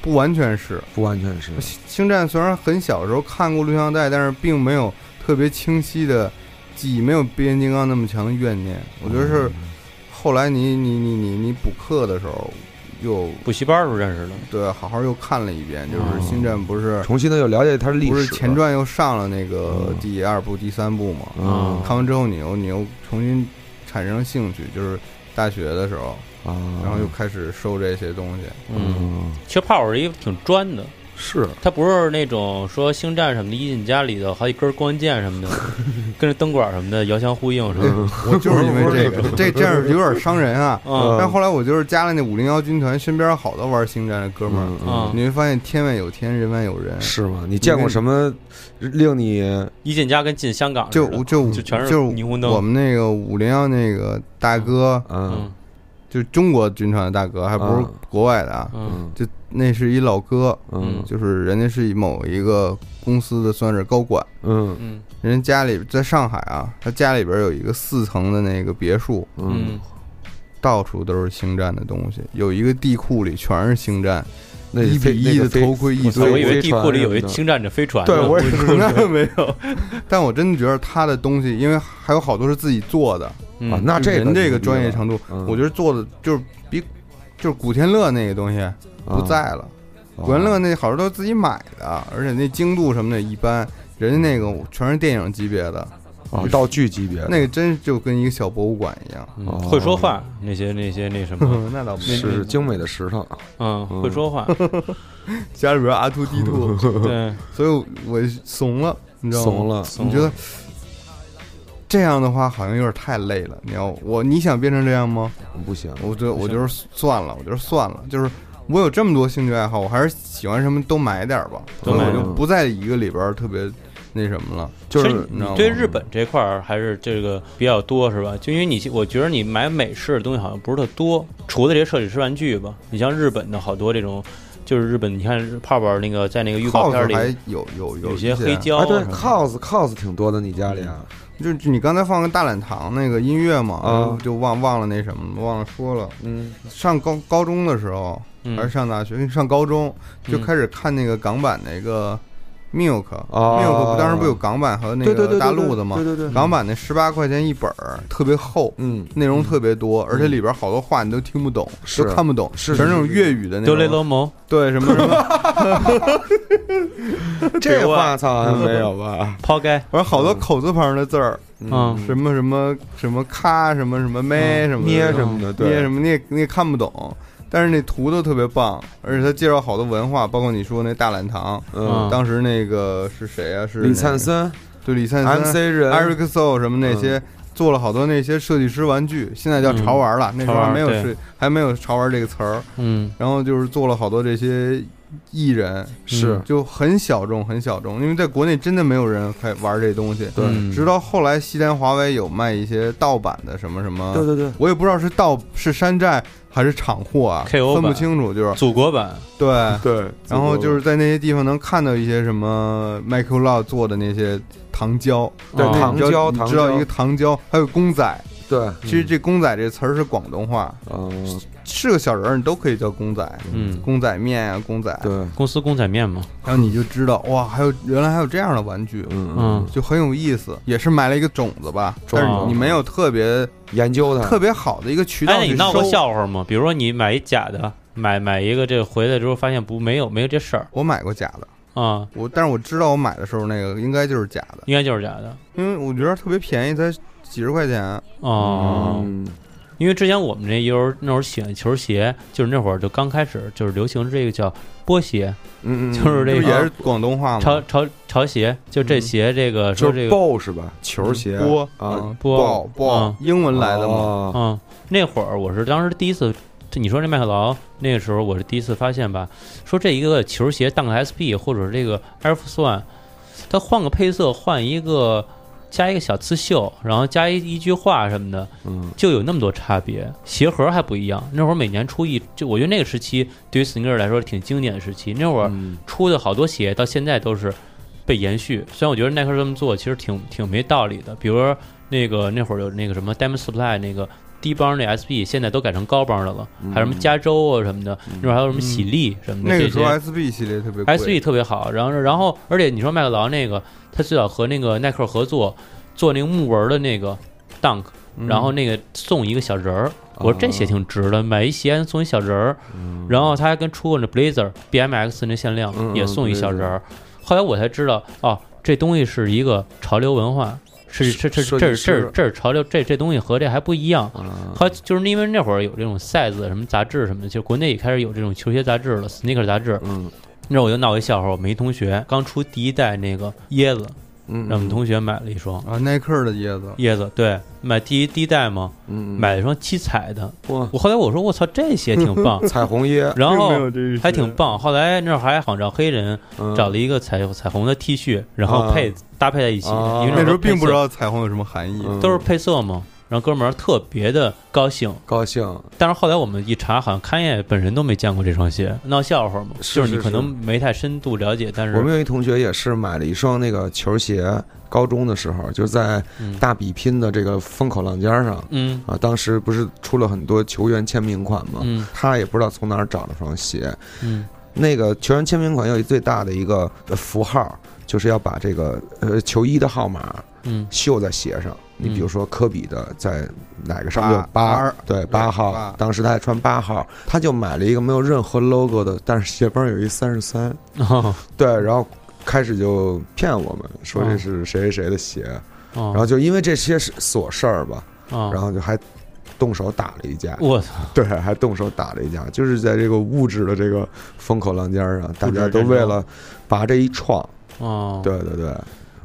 S3: 不完全是，
S2: 不完全是，
S3: 星星战虽然很小时候看过录像带，但是并没有特别清晰的记忆，没有变形金
S2: 嗯
S3: 刚那么强的怨念。我觉得是后来你你你你你补课的时候，又
S1: 补习班儿时候认识的，
S3: 对好好又看了一遍，就是
S1: 哦
S3: 《星战》不是
S2: 重新的又了解它的历
S3: 不
S2: 史
S3: 是前传又上了那个第二部、第三部嘛？
S2: 嗯
S3: 看完之后，你又你又重新产生兴趣，就是大学的时候，
S2: 啊，
S3: 然后又开始收这些东西。
S1: 嗯，其实炮是一个挺专的，
S2: 是
S1: 它不是那种说星战什么的，一进家里头好几根光剑什么的， 跟着灯管什么的遥相呼应什么的。
S3: 我就是因为这个，这这样有点伤人啊。
S1: 嗯
S2: 嗯
S3: 但后来我就是加了那五零幺军团，身边好多玩星战的哥们儿，
S1: 嗯，
S3: 你会发现天外有天，人外有人。
S2: 是吗？你见过什么令你
S1: 一进家跟进香港似
S3: 就
S1: 的。
S3: 就
S1: 就全是
S3: 就
S1: 霓虹灯
S3: 我们那个五零幺那个大哥，
S2: 嗯
S1: 嗯
S3: 就是中国军团的大哥，还不是
S2: 嗯
S3: 国外的啊。
S1: 嗯
S2: 嗯
S3: 就那是一老哥，
S2: 嗯
S3: 就是人家是某一个公司的算是高管，
S2: 嗯
S1: 嗯
S3: 人家家里在上海啊，他家里边有一个四层的那个别墅，
S1: 嗯，
S3: 到处都是星战的东西，有一个地库里全是星战，
S2: 那
S3: 一
S2: 飞
S3: 比一
S2: 那
S3: 的
S2: 个飞
S3: 头盔一
S1: 我操哎我以
S3: 堆。
S1: 为地库里有一
S2: 飞船
S1: 星战的飞船呢。
S2: 对我也 是啊
S3: 那没有，但我真的觉得他的东西，因为还有好多是自己做的，
S1: 嗯
S2: 啊，那这个
S3: 人这
S2: 牛
S3: 个
S2: 逼
S3: 专业
S2: 了
S3: 程度，
S2: 嗯
S3: 我觉得做的就是比就是古天乐那个东西不
S2: 啊
S3: 在了。古天乐那好多都是自己买的，而且那精度什么的一般，人家那个全是电影级别的，
S2: 啊，道具级别的
S3: 那个真就跟一个小博物馆一样。
S1: 嗯
S2: 哦
S1: 会说话，那些那些那什 么，
S3: 嗯那倒不
S2: 是精美的石头，
S1: 嗯，
S2: 嗯
S1: 会说话，
S3: 家里边阿兔地兔，
S1: 对，
S3: 所以我怂了，你知道吗？
S2: 怂，了，
S1: 怂
S3: 你觉得这样的话好像有点太累了。你要我你想变成这样吗？
S2: 不行，
S3: 我觉得我就是算了，我就是算了，就是我有这么多兴趣爱好，我还是喜欢什么都买点儿吧，
S1: 都
S3: 所以
S1: 买
S3: 我就
S2: 点儿
S3: 不在一个里边儿特别那什么了。
S2: 就
S1: 其实
S2: 是
S1: 你
S3: 知道吗
S1: 对日本这块儿还是这个比较多是吧？就因为你，我觉得你买美式的东西好像不是特多，除了这些设计师玩具吧。你像日本的好多这种，就是日本，你看泡泡那个在那个预告
S3: cos
S1: 片里
S3: 还有有有
S1: 有
S3: 一
S1: 些黑胶
S2: 啊，对
S1: 什么的
S2: ，cos cos 挺多的，你家里啊，
S3: 就就你刚才放个大懒堂那个音乐嘛，
S2: 啊
S3: 然后就忘忘了那什么，忘了说了。
S2: 嗯，
S3: 上高高中的时候，
S1: 嗯
S3: 还是上大学，上高中
S1: 嗯
S3: 就开始看那个港版那个 Milk，Milk、
S2: 哦
S3: Milk 不当时不有港版和那
S2: 对对
S3: 个
S2: 对，
S3: 大
S2: 对
S3: 陆的吗
S2: 对？对对，
S3: 港版那十八块钱一本儿，特别厚，
S2: 嗯，
S3: 内容特别多，而且里边好多话你都听不懂，
S2: 是
S3: 都看不懂，
S2: 是
S3: 全是那种
S2: 是
S3: 粤语的那
S1: 丢雷
S3: 种，
S1: 罗蒙，
S3: 对什么 什么，
S2: 这
S3: 啊
S2: 话操还没有吧？
S1: 抛开，
S3: 反正好多口字旁的字儿，
S1: 嗯
S3: 什么什么什么咔什么什么咩什么
S2: 嗯
S3: 的
S2: 捏什么的，对，
S3: 捏什么你也你也看不懂，但是那图都特别棒，而且他介绍好多文化，包括你说那大懒堂，
S2: 嗯，
S3: 当时那个是谁啊？是
S2: 李灿
S3: 那
S2: 森
S3: 个，对李灿
S2: ，MC
S3: 森、
S2: 人嗯
S3: Eric So 什么那些。做了好多那些设计师玩具，现在叫潮玩了，那时候还没有
S1: 潮玩
S3: 是还没有潮玩这个词儿。
S1: 嗯
S3: 然后就是做了好多这些艺人，
S2: 是
S1: 嗯，
S3: 就很小众，很小众，因为在国内真的没有人开玩这东西。
S2: 对
S1: 嗯
S3: 直到后来西单华为有卖一些盗版的什么什么，
S2: 对对对，
S3: 我也不知道是盗是山寨还是厂货啊
S1: KO
S3: 分不
S1: 版
S3: 清楚，就是
S1: 祖国版，
S3: 对。
S2: 对，
S3: 然后就是在那些地方能看到一些什么 Michael Law 做的那些糖胶，
S2: 对
S1: 啊
S2: 糖胶
S3: 哦
S2: 哦
S3: 你
S2: 糖
S3: 知道
S2: 胶
S3: 一个糖胶，还有公仔。
S2: 对，
S1: 嗯
S3: 其实这公仔这词儿是广东话，
S2: 嗯，
S3: 是个小人儿你都可以叫公仔，
S1: 嗯，
S3: 公仔面啊，公仔。
S2: 对，
S1: 公司公仔面嘛，
S3: 然后你就知道哇，还有原来还有这样的玩具，
S2: 嗯
S1: 嗯，
S3: 就很有意思，也是埋了一个种子吧。
S2: 种
S3: 但
S2: 子嗯
S3: 是你没有特别
S2: 研究它，
S3: 特别好的一个渠
S1: 哎，
S3: 道
S1: 那
S3: 去
S1: 你闹过
S3: 收。
S1: 笑话吗？比如说你买一假的，买买一个这个回来之后发现不没有没有这事儿
S3: 我买过假的。
S1: 啊，
S3: 我但是我知道我买的时候那个应该就是假的，
S1: 应该就是假的啊
S3: 因为我觉得特别便宜，才几十块钱。
S1: 哦。
S2: 嗯
S1: 因为之前我们那时候那会儿喜欢球鞋，就是那会儿就刚开始就是流行这个叫波鞋，
S2: 嗯，嗯
S1: 就是这
S3: 这
S1: 个
S3: 不也是广东话
S1: 潮
S3: 吗？
S1: 潮潮鞋，就这鞋这个、
S2: 啊嗯就
S1: 说这
S2: 是
S1: 个嗯
S2: ball 是吧？球鞋
S3: 波
S2: 啊，
S1: 波
S3: 波波
S1: 嗯，
S3: 英文来的嘛。
S2: 哦
S1: 嗯，那会儿我是当时第一次，这你说这麦克劳那个时候我是第一次发现吧，说这一个球鞋当个 SP 或者是这个 Air Force One，它换个配色，换一个加一个小刺绣，然后加一一句话什么的，
S2: 嗯，
S1: 就有那么多差别，鞋盒还不一样。那会儿每年出一，就我觉得那个时期对于 sneaker 来说是挺经典的时期。那会儿
S2: 嗯
S1: 出的好多鞋到现在都是被延续，虽然我觉得耐克这么做其实挺挺没道理的。比如说那个那会儿有那个什么 Diamond Supply 那个低帮那 SB，现在都改成高帮的了，还有什么加州啊什么的，那会儿还有什么喜力什么的，
S3: 嗯那
S1: 这
S3: 个时候
S1: 些
S3: SB 系列特别贵
S1: SB 特别好。然后然后而且你说麦克劳那个，他最早和那个耐克合作做那个木纹的那个 Dunk。然
S2: 嗯
S1: 后那个送一个小人儿，我说这鞋挺值的，买一鞋送一小人儿，
S2: 哦嗯
S1: 然后他还跟出过那 Blazer BMX 那限量
S2: 嗯嗯
S1: 也送一小人儿，后来我才知道哦，这东西是一个潮流文化，是这这
S2: 设
S1: 这
S2: 计
S1: 这
S2: 师
S1: 这这是潮流，这这东西和这还不一样。
S2: 啊
S1: 后来就是因为那会儿有这种 size 什么杂志什么的，就国内也开始有这种球鞋杂志了，sneaker 杂志。
S2: 嗯
S1: 那我就闹一笑话，我们一同学刚出第一代那个椰子，
S2: 嗯
S1: 让我们同学买了一双
S3: 啊，耐克的椰子，
S1: 椰子，对，买第一第一代嘛，
S2: 嗯
S1: 买了一双七彩的。
S2: 哇，
S1: 我后来我说我操，这鞋挺棒
S2: 彩虹椰
S1: 然
S3: 并没
S1: 后
S3: 有这一说
S1: 还挺棒。后来那儿还仿照黑人
S2: 嗯
S1: 找了一个彩彩虹的 T 恤，然后
S2: 啊
S1: 配搭配在一起，
S2: 啊
S1: 因为
S3: 那时候
S1: 配色
S3: 并不知道彩虹有什么含义，
S2: 嗯
S1: 都是配色嘛。然后哥们儿特别的高兴，
S2: 高兴，
S1: 但是后来我们一查，好像勘爷本人都没见过这双鞋，闹笑话嘛。
S2: 是
S1: 就是你
S2: 是
S1: 可能没太深度了解，但是
S2: 我们有一同学也是买了一双那个球鞋，高中的时候就是在
S1: 嗯
S2: 大比拼的这个风口浪尖上
S1: 嗯
S2: 啊，当时不是出了很多球员签名款吗？
S1: 嗯
S2: 他也不知道从哪儿找了双鞋，
S1: 嗯
S2: 那个球员签名款有一最大的一个呃符号，就是要把这个呃球衣的号码
S1: 嗯
S2: 绣在鞋上。你比如说科比的在哪个上面有
S1: 啊
S3: 八
S2: 八
S3: 八，
S2: 对八号
S3: 八，
S2: 当时他还穿八号，他就买了一个没有任何 logo 的，但是鞋帮有一三十三，
S1: 哦
S2: 对， 然后开始就骗我们说这
S1: 哦
S2: 是谁谁谁的鞋，然后
S1: 哦
S2: 就因为这些是琐事儿吧，然
S1: 哦，
S2: 后就还动手打了一架，
S1: 我操，
S2: 对，还动手打了一架，就是在这个物质的这个风口浪尖儿上，大
S1: 物质
S2: 家都
S1: 战
S2: 为
S1: 争
S2: 了拔这一创，
S1: 哦，
S2: 对对对，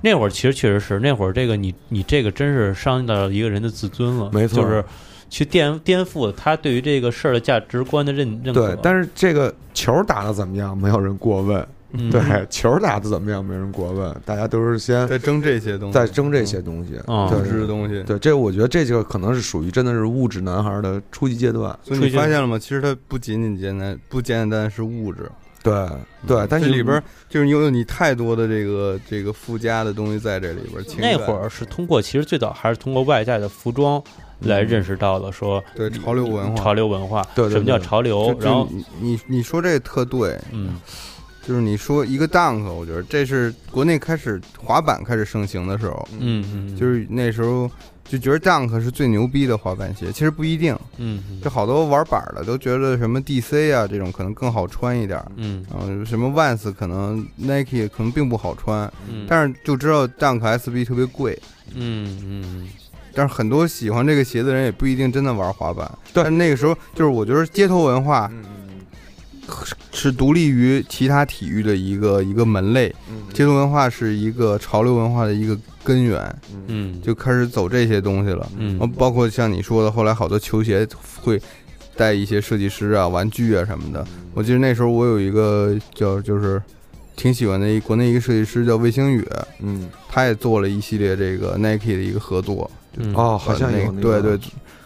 S1: 那会儿其实确实是那会儿这个你你这个真是伤及到一个人的自尊了，
S2: 没错
S1: 就是去颠颠覆了他对于这个事儿的价值观的认认可。
S2: 对，但是这个球打的怎么样，没有人过问。
S1: 嗯
S2: 对，球打的怎么样，没人过问，大家都是先
S3: 在争这些东西，
S2: 在争这些东西。
S1: 嗯
S3: 物
S2: 对
S3: 质的东西。
S2: 对，这我觉得这就可能是属于真的是物质男孩的初级阶段。
S3: 所以你发现了吗？其实它不仅仅简单，不简简单单是物质，
S2: 对对，但
S3: 嗯
S2: 嗯
S3: 这
S2: 是
S3: 里边就是你有你太多的这个这个附加的东西在这里边。情感
S1: 那会儿是通过其实最早还是通过外在的服装来认识到了说
S3: 对潮流文化，
S1: 潮流文化，
S2: 嗯对对
S1: 什么叫潮
S3: 就
S1: 流，
S3: 就
S1: 然后
S3: 你你你说这个特对，
S1: 嗯
S3: 就是你说一个 dunk，我觉得这是国内开始滑板开始盛行的时候，
S1: 嗯嗯，
S3: 就是那时候就觉得 dunk 是最牛逼的滑板鞋，其实不一定，
S1: 嗯嗯
S3: 就好多玩板的都觉得什么 DC 啊这种可能更好穿一点儿，
S1: 嗯
S3: 然后什么 Vans 可能 Nike 可能并不好穿，
S1: 嗯，
S3: 但是就知道 dunk SB 特别贵，
S1: 嗯嗯
S3: 但是很多喜欢这个鞋的人也不一定真的玩滑板。
S2: 对嗯
S3: 但是那个时候就是我觉得街头文化是是独立于其他体育的一个一个门类，街头文化是一个潮流文化的一个根源，
S1: 嗯，
S3: 就开始走这些东西了。
S1: 嗯
S2: 哦
S3: 然后包括像你说的，后来好多球鞋会带一些设计师啊、玩具啊什么的。我记得那时候我有一个叫就是挺喜欢的一国内一个设计师叫魏星宇，
S2: 嗯
S3: 他也做了一系列这个 Nike 的一个合作，
S1: 嗯
S2: 哦，好像有
S3: 那
S2: 那
S3: 个
S2: 个
S3: 对对，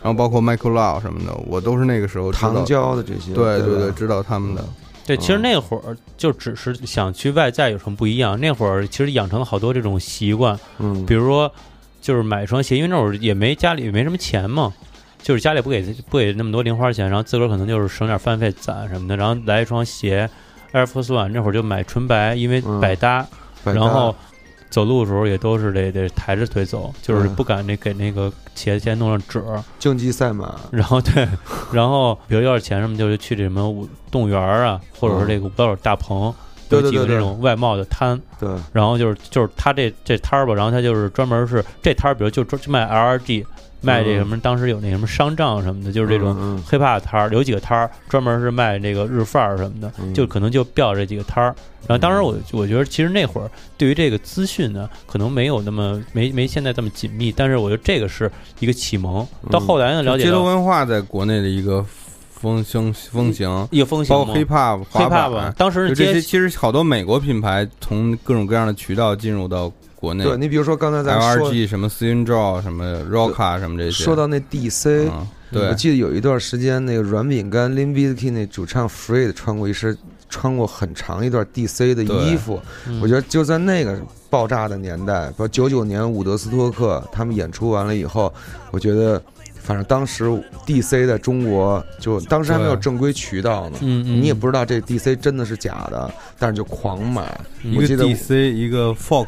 S3: 然后包括 Michael Lau 什么的，我都是那个时候知道
S2: 糖，胶的这些，
S3: 对
S2: 对
S3: 对
S2: 吧
S3: 对，，知道他们的。
S1: 对，其实
S2: 嗯
S1: 那会儿就只是想去外在有什么不一样，那会儿其实养成了好多这种习惯，
S2: 嗯，
S1: 比如说就是买一双鞋，因为那会儿也没家里也没什么钱嘛，就是家里不给不给那么多零花钱，然后自个儿可能就是省点饭费攒什么的，然后来一双鞋 Air Force One，那会儿就买纯白，因为
S2: 嗯
S1: 百搭，
S2: 百搭
S1: 然后。走路的时候也都是得得抬着腿走，就是
S2: 嗯
S1: 不敢那给那个鞋先弄上褶儿，
S2: 竞技赛马，
S1: 然后对， 然后比如要是钱什么，就是去这什么舞动物园儿啊，或者是这个舞蹈大棚，
S2: 对
S1: 有
S2: 嗯对
S1: 几
S2: 对
S1: 个
S2: 对
S1: 这种外贸的摊，
S2: 对，
S1: 然后就是就是他这这摊儿吧，然后他就是专门是这摊儿，比如就专就卖 LRG，卖这
S2: 嗯
S1: 什么，当时有那什么商账什么的，就是这种
S2: 嗯，
S1: 黑怕摊儿，有几个摊儿专门是卖这个日范儿什么的，
S2: 嗯
S1: 就可能就标这几个摊儿。然后当时我我觉得其实那会儿对于这个资讯呢，可能没有那么没没现在这么紧密，但是我觉得这个是一个启蒙。到
S2: 嗯
S1: 后来呢，了解
S3: 街头
S1: 到
S3: 文化在国内的一个风行风行，
S1: 一个风
S3: 包
S1: 行
S3: 括
S1: 嘛
S3: hip hop、滑
S1: hiphop
S3: 板啊
S1: 吧，，当时
S3: 就是这些
S1: 街
S3: 其实好多美国品牌从各种各样的渠道进入到国内
S2: 对你比如说刚才咱说
S3: ，LRG 什么 c i n d 嗯 r a 什么 Rocka 什么这些。
S2: 说到那 DC，
S3: 嗯，
S2: 我
S3: 对，
S2: 记得有一段时间，那个软饼干 Lim b i z k i 那主唱 Fred 穿过一身，穿过很长一段 DC 的衣服。
S1: 嗯
S2: 我觉得就在那个爆炸的年代，不九九年伍德斯托克他们演出完了以后，我觉得，反正当时 DC 在中国就当时还没有
S3: 对
S2: 正规渠道呢，
S1: 嗯嗯，
S2: 你也不知道这 DC 真的是假的，但是就狂买。
S1: 嗯
S3: 一
S2: 我
S3: 个
S2: 记得
S3: DC，一个 Fox，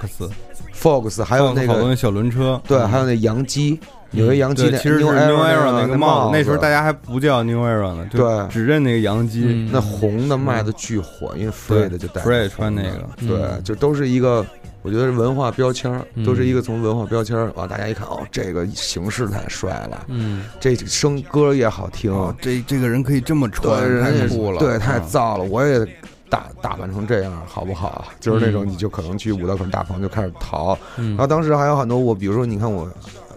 S2: Fox 还有那
S3: 好多嗯
S2: 个
S3: 那小轮车，
S2: 对，还有那洋基，有一个洋基
S3: 对，
S2: 那
S3: 其实是
S2: New Era
S3: 那
S2: 那
S3: 个
S2: 帽
S3: 帽
S2: 子，
S3: 子，那时候大家还不叫 New Era 呢，就
S2: 对
S3: 只认那个洋基。
S1: 嗯
S2: 那红的卖的巨火，因为 Fred 就戴
S3: Fred 穿那个
S2: 对，
S1: 嗯
S2: 就都是一个，我觉得是文化标签儿，
S1: 嗯
S2: 都是一个从文化标签儿啊，大家一看哦，这个形式太帅了，
S1: 嗯，
S2: 这声歌也好听，
S3: 哦，这这个人可以这么穿
S2: 对，，
S3: 太
S2: 人
S3: 酷
S2: 家
S3: 了，
S2: 对，太
S3: 嗯
S2: 燥了，我也。打打扮成这样好不好？就是那种
S1: 嗯
S2: 你就可能去五道口大棚就开始淘，
S1: 嗯
S2: 然后当时还有很多我，比如说你看我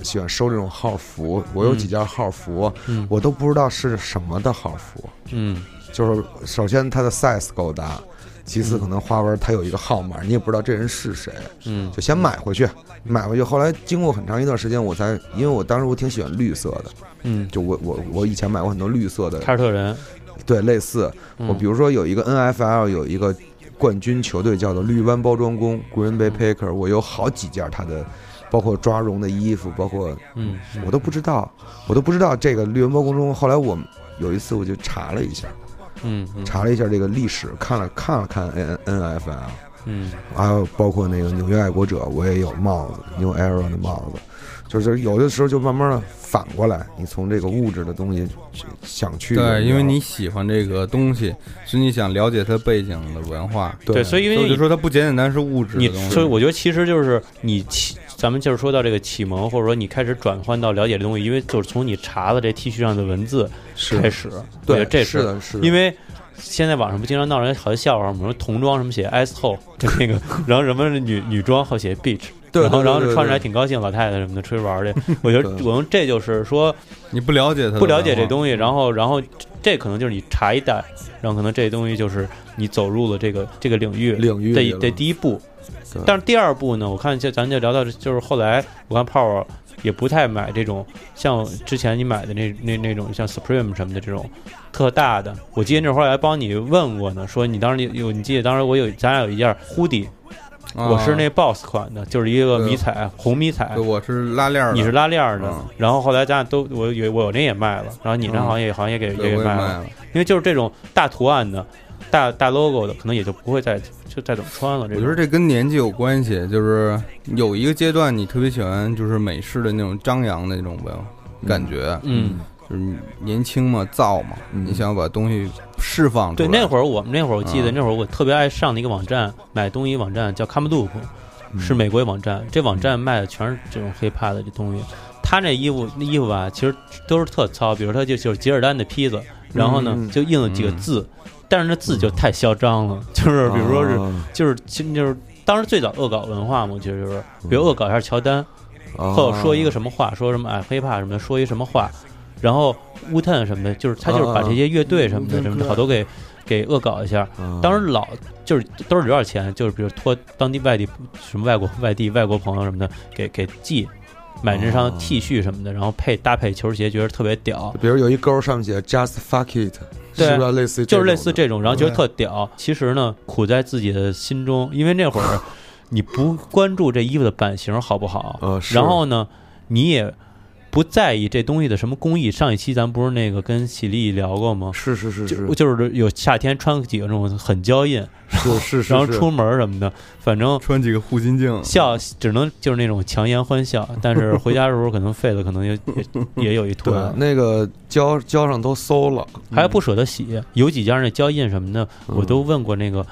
S2: 喜欢收这种号服，我有
S1: 嗯
S2: 几件号服，
S1: 嗯
S2: 我都不知道是什么的号服，
S1: 嗯
S2: 就是首先它的 size 够大，其次
S1: 嗯
S2: 可能花纹它有一个号码，你也不知道这人是谁，
S1: 嗯
S2: 就先买回去，买回去。后来经过很长一段时间，我才因为我当时我挺喜欢绿色的，
S1: 嗯，
S2: 就我我我以前买过很多绿色的，
S1: 凯尔特人，
S2: 对，类似
S1: 嗯
S2: 我比如说有一个 NFL 有一个冠军球队叫做绿湾包装工 Green Bay Packer，我有好几件它的。包括抓绒的衣服，包括
S1: 嗯，
S2: 我都不知道，我都不知道这个绿湾包装工。后来我有一次我就查了一下，
S1: 嗯嗯
S2: 查了一下这个历史，看了看了看 N N F L，
S1: 嗯
S2: 还有包括那个纽约爱国者，我也有帽子，New Era 的帽子，就是有的时候就慢慢的反过来，你从这个物质的东西去想去
S3: 对，因为你喜欢这个东西，所以你想了解它背景的文化。
S1: 对，所以因为
S3: 所以我
S1: 你
S3: 就说它不简简单是物质的
S1: 你
S3: 东西，
S1: 所以我觉得其实就是你启，咱们就是说到这个启蒙，或者说你开始转换到了解这东西，因为就是从你查的这 T 恤上的文字
S2: 是
S1: 开始，我觉
S2: 对
S1: 得这
S2: 是的是的，
S1: 因
S2: 为
S1: 为现在网上不经常闹人好多笑话吗，什么童装什么写 S t o 那 个，然后什么女女装好写 beach，
S2: 对
S1: 然后
S2: 对对
S1: 然后
S2: 对对
S1: 穿着还挺高兴，老太太什么的出去玩 儿去。我觉得
S2: 对
S1: 可能这就是说
S3: 你不了解它，
S1: 不了解这
S2: 嗯
S1: 东西，然后然后这可能就是你查一代，然后可能这东西就是你走入了这个这个领域
S2: 领域
S1: 这
S2: 里
S1: 一
S2: 了
S1: 这第一步
S2: 对。
S1: 但是第二步呢，我看就咱就聊到这，就是后来我看 Power 也不太买这种像之前你买的那那那种像 Supreme 什么的这种特大的。我记得那会儿还帮你问过呢，说你当时你有你记得当时我有咱俩有一件 hoodie，、
S3: 啊，
S1: 我是那 Boss 款的，就是一个迷彩红迷彩
S3: 对，，我是拉链儿的，
S1: 你是拉链儿的。
S3: 嗯
S1: 然后后来咱俩都我有我有那也卖了，然后你那
S3: 嗯
S1: 好像也、好像也给也
S3: 对
S1: 给
S3: 我也卖
S1: 了。
S3: 了，
S1: 因为就是这种大图案的、大大 logo 的，可能也就不会再就再怎么穿了。这
S3: 我
S1: 种
S3: 觉得这跟年纪有关系，就是有一个阶段你特别喜欢就是美式的那种张扬的那种文化感觉，
S1: 嗯，
S3: 就是年轻嘛，燥嘛，
S2: 嗯
S3: 你想要把东西释放出
S1: 对，
S3: 来。
S1: 那会儿我们那会儿我记得
S3: 嗯
S1: 那会儿我特别爱上的一个网站，买东西网站叫 Comloop，是美国一网站。这网站卖的全是这种 hiphop 的这东西。他那衣服那衣服吧，其实都是特糙，比如他就就是吉尔丹的坯子，然后呢
S2: 嗯
S1: 就印了几个字，但是那字就太嚣张了，就是比如说是
S2: 啊
S1: 就是就是当时最早恶搞文化嘛，我觉得就是比如恶搞一下乔丹，
S2: 啊
S1: 或者说一个什么
S2: 哦
S1: 话，说什么哎黑怕什么的，说一什么话，然后乌探什么的，就是他就是把这些乐队什么的
S2: 嗯
S3: 啊
S1: 什么的好多给给恶搞一下。
S2: 啊
S1: 当时老就是都是有点钱，就是比如托当地外地什么外国外地外国朋友什么的给给寄。买那双
S2: 哦
S1: T 恤什么的，然后配搭配球鞋，觉得特别屌，
S2: 比如有一勾上面写 Just Fuck It，
S1: 对
S2: 是不是类似于
S1: 就是
S2: 种
S1: 类似
S2: 的
S1: 这种，然后觉得特屌。其实呢，苦在自己的心中，因为那会 儿你不关注这衣服的版型好不好，
S2: 呃，是
S1: 然后呢，你也不在意这东西的什么工艺。上一期咱不是那个跟喜力聊过吗？
S2: 是是是是
S1: 就就是有夏天穿几个那种很娇艳，
S2: 是是是，
S1: 然后
S2: 是
S1: 出门什么的，反正
S3: 穿几个护心镜，
S1: 笑只能就是那种强颜欢笑，但是回家的时候可能废了，可能也也也有一
S2: 对
S1: 坨，
S2: 啊那个胶胶上都馊了，
S1: 还不舍得洗。有几家那胶印什么的，
S2: 嗯
S1: 我都问过那个。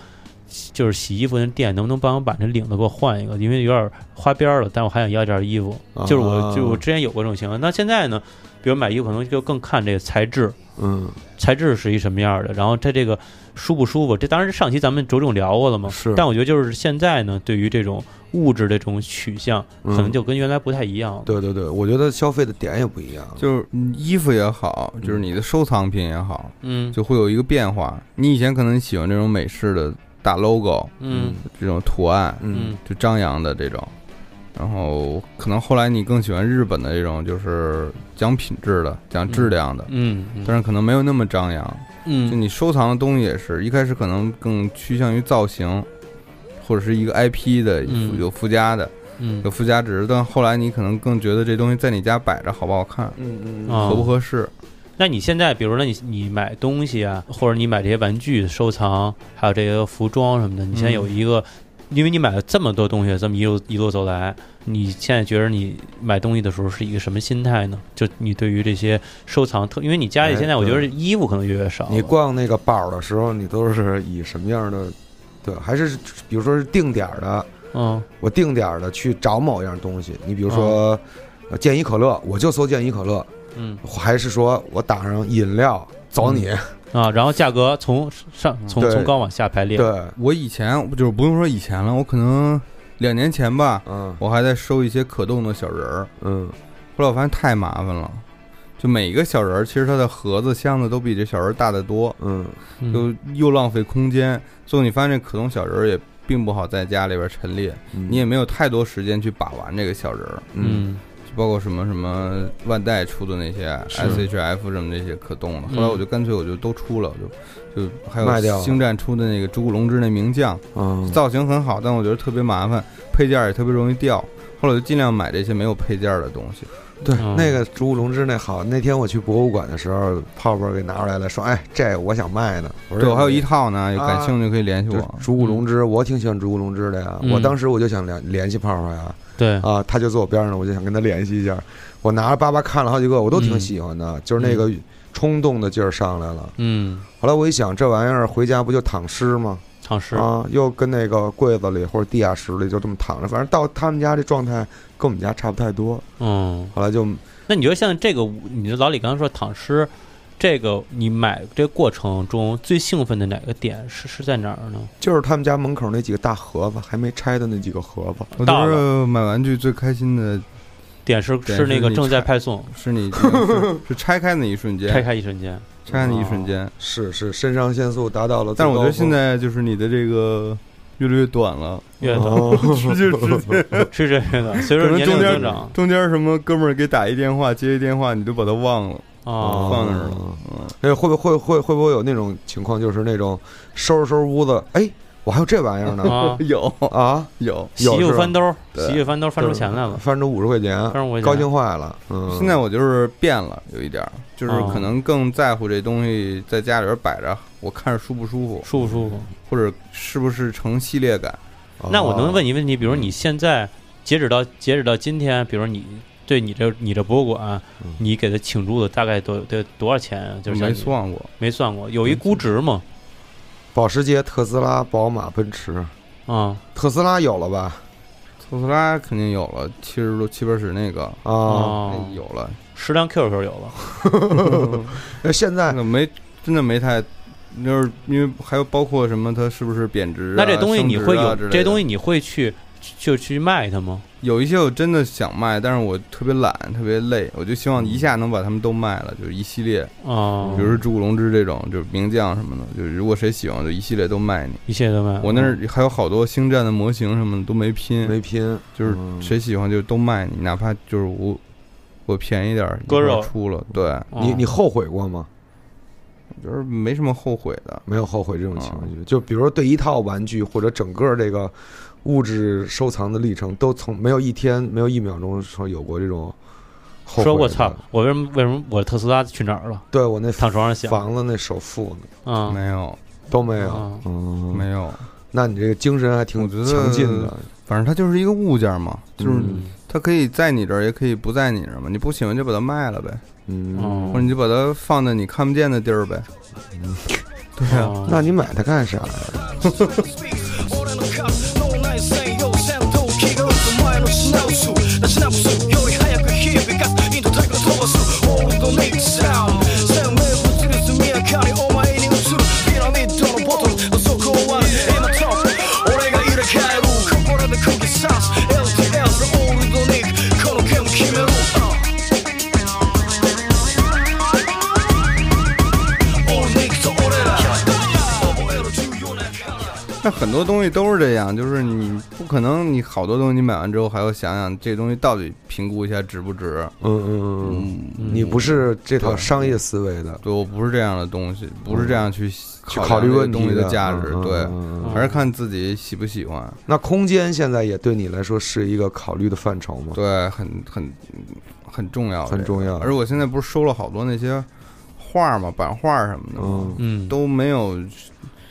S1: 就是洗衣服那店能不能帮我把那领子给我换一个，因为有点花边了，但我还想要件衣服。
S2: 啊
S1: 就是我，就我之前有过这种情况。那现在呢，比如买衣服可能就更看这个材质，
S2: 嗯
S1: 材质是一什么样的，然后它这个舒不舒服。这当然上期咱们着重聊过了嘛。
S2: 是
S1: 但我觉得就是现在呢，对于这种物质的这种取向，可
S2: 嗯
S1: 能就跟原来不太一样了。
S2: 对对对，我觉得消费的点也不一样，
S3: 就是衣服也好，就是你的收藏品也好，
S1: 嗯
S3: 就会有一个变化。你以前可能喜欢这种美式的大 logo，
S1: 嗯
S3: 这种图案，
S1: 嗯
S3: 就张扬的这种。然后可能后来你更喜欢日本的这种，就是讲品质的、讲质量的，
S1: 嗯嗯
S3: 但是可能没有那么张扬。就
S1: 嗯
S3: 你收藏的东西也是一开始可能更趋向于造型，或者是一个 IP 的
S1: 嗯
S3: 有附加的、
S1: 嗯
S3: 有附加值，但后来你可能更觉得这东西在你家摆着好不好看，
S2: 嗯
S1: 啊
S3: 合不合适。
S1: 那你现在，比如说你你买东西啊，或者你买这些玩具收藏，还有这些服装什么的，你现在有一个因为你买了这么多东西，这么一路一路走来，你现在觉得你买东西的时候是一个什么心态呢？就你对于这些收藏特，因为你家里
S2: 哎
S1: 现在我觉得
S2: 对
S1: 衣服可能越来越少了，啊
S2: 你逛那个宝的时候，你都是以什么样的？对，还是比如说是定点儿的，
S1: 嗯
S2: 我定点儿的去找某样东西。你比如说，呃健怡可乐，我就搜健怡可乐，
S1: 嗯
S2: 还是说我打上饮料找你？
S1: 啊，然后价格从上从
S2: 对
S1: 从高往下排列，
S2: 对，
S3: 我以前就是不用说以前了，我可能两年前吧，
S2: 嗯
S3: 我还在收一些可动的小人儿，
S2: 嗯，
S3: 后来我发现太麻烦了。就每一个小人儿，其实它的盒子、箱子都比这小人儿大得多，
S2: 嗯，
S1: 嗯
S3: 就又浪费空间。最后你发现这可动小人儿也并不好在家里边陈列，你
S2: 嗯
S3: 也没有太多时间去把玩这个小人儿，
S1: 嗯
S3: 就包括什么什么万代出的那些
S2: 是
S3: SHF 什么那些可动的。
S1: 嗯
S3: 后来我就干脆我就都出了，就就还
S2: 卖掉
S3: 有
S2: 了
S3: 星战出的那个朱古龙之那名将，
S2: 嗯
S3: 造型很好，但我觉得特别麻烦，配件儿也特别容易掉。后来我就尽量买这些没有配件儿的东西。
S2: 对
S1: 嗯，
S2: 那个竹龙之那好，那天我去博物馆的时候，泡泡给拿出来了，说：“哎，这我想卖呢。”我说：“
S3: 对，我还有一啊
S2: 套。
S3: 套呢，有感兴趣可以联”系
S2: 就是
S3: 我。
S2: 竹谷龙之，我挺喜欢竹谷龙之的呀。
S1: 嗯
S2: 我当时我就想联联系泡泡呀，
S1: 对，
S2: 啊，他就坐我边上，我就想跟他联系一下。我拿着巴巴看了好几个，我都挺喜欢的，就是那个冲动的劲儿上来了。
S1: 嗯，
S2: 后来我一想，这玩意儿回家不就躺尸吗？
S1: 唱诗，
S2: 啊，又跟那个柜子里或者地下室里就这么躺着，反正到他们家这状态跟我们家差不太多。
S1: 嗯。
S2: 后来就
S1: 那你觉得像这个，你就老李刚才说躺尸，这个你买这个过程中最兴奋的哪个点是是在哪儿呢？
S2: 就是他们家门口那几个大盒子，还没拆的那几个盒子。
S3: 我
S1: 到
S3: 觉
S1: 了
S3: 得买玩具最开心的
S1: 点是
S3: 点
S1: 是
S3: 是
S1: 那个
S3: 你
S1: 正在
S3: 拆
S1: 派送，
S3: 是你是是拆开那一瞬间，
S1: 拆
S3: 拆
S1: 开一瞬间，
S3: 开那一瞬间。
S2: 是是，肾上腺素达到了最
S3: 但
S2: 高
S3: 是
S2: 峰。
S3: 我觉得现在就是你的这个越来越短了，
S1: 越短
S2: 哦
S3: 直接直接，
S1: 是这个 的，随
S3: 可
S1: 着
S3: 能
S1: 年
S3: 中
S1: 龄增
S3: 间
S1: 长
S3: 中间什么哥们儿给打一电话接一电话，你都把他忘了，
S1: 啊，
S3: 放那儿了。嗯，
S2: 哎，会不会会会不会有那种情况，就是那种收拾收拾屋子，哎，我还有这玩意儿呢
S1: 啊
S3: 有
S2: 啊，
S3: 有。
S1: 洗衣
S2: 有
S1: 服
S2: 是吧
S1: 翻兜儿，
S3: 对
S1: 洗衣服翻兜儿翻出钱来了，
S2: 翻出五十块钱，
S1: 翻出我
S2: 高兴坏了。嗯，
S3: 现在我就是变了，有一点儿，就是
S1: 啊
S3: 可能更在乎这东西在家里边摆着，我看着舒不舒服，
S1: 舒不舒服？
S3: 或者是不是成系列感。
S2: 哦
S1: 那我能问
S2: 你，
S1: 你问题，比如
S3: 嗯
S1: 你现在截止到截止到今天，比如你对你这你这博物馆
S2: 嗯，
S1: 你给它请注的大概多得多少钱啊？就是像
S3: 没
S1: 你
S3: 算过，
S1: 没算过，有一估值嘛？
S2: 保时捷、特斯拉、宝马、奔驰，
S1: 啊，
S2: 特斯拉有了吧？
S3: 特斯拉肯定有了，七十多七八十那个、哎
S2: 啊，
S1: 哦
S3: 有了，
S1: 十辆 QQ 有了，
S2: 那 现在
S3: 那没真的没太，就是因为还有包括什么，它是不是贬值啊、
S1: 那这东西你会有
S3: 升值啊之类的
S1: 这东西你会去就去卖它吗？
S3: 有一些我真的想卖，但是我特别懒，特别累，我就希望一下能把它们都卖了，就是一系列，
S2: 哦
S1: 啊，
S3: 比如说朱古龙之这种，就是名将什么的，就是如果谁喜欢，就一系列都卖你。
S1: 一切都卖。
S3: 我那儿还有好多星战的模型什么的都没拼，
S2: 嗯没拼，
S3: 就是
S2: 嗯
S3: 谁喜欢就都卖你，哪怕就是我我便宜点儿，
S1: 割
S3: 一块儿
S1: 肉
S3: 出了，对，
S1: 哦
S2: 你你后悔过吗？
S3: 就是没什么后悔的。
S2: 没有后悔这种
S3: 啊
S2: 情绪。就比如说对一套玩具或者整个这个物质收藏的历程，都从没有一天、没有一秒钟说有过这种后悔的。
S1: 说我操，我为什么为什么我特斯拉去哪儿了？
S2: 对我那
S1: 躺床上想
S2: 房子那首付呢
S1: 啊，
S3: 没有，
S2: 都没有
S1: 啊。
S2: 嗯，
S3: 没有，
S2: 那你这个精神还挺
S3: 我觉得啊
S2: 强劲的。
S3: 反正它就是一个物件嘛，就是
S2: 嗯
S3: 它可以在你这儿，也可以不在你这儿嘛。你不喜欢就把它卖了呗，
S2: 嗯，
S1: 哦
S3: 或者你就把它放在你看不见的地儿呗。对啊，
S1: 哦
S2: 那你买它干啥呀？
S4: 俺のカップ脳内専用戦闘機が打つ前のシナプスなシナプスより早く響かすインドタイプ飛ばすオールドニックサウンド生命物理速やかにお前に映るピラミッドのボトルあそこは今トップ俺が入れ替える心で空気刺す LTL のオールドニックこのゲーム決めろ Uh オールドニックと俺ら覚えろ重要なから
S3: 那很多东西都是这样，就是你不可能，你好多东西你买完之后还要想想这东西到底评估一下值不值。
S2: 嗯嗯嗯嗯，你不是这套商业思维的，
S3: 对我不是这样的东西，不是这样去
S2: 嗯去
S3: 量
S2: 考虑
S3: 这个
S2: 问题
S3: 东西的价值，
S2: 嗯嗯
S3: 对
S2: 嗯，嗯嗯
S3: 还是看自己喜不喜欢。
S2: 那空间现在也对你来说是一个考虑的范畴吗？
S3: 对，很很很重要，
S2: 很重要
S3: 这个而我现在不是收了好多那些画嘛，版画什么的嘛，
S2: 嗯
S1: 嗯，
S3: 都没有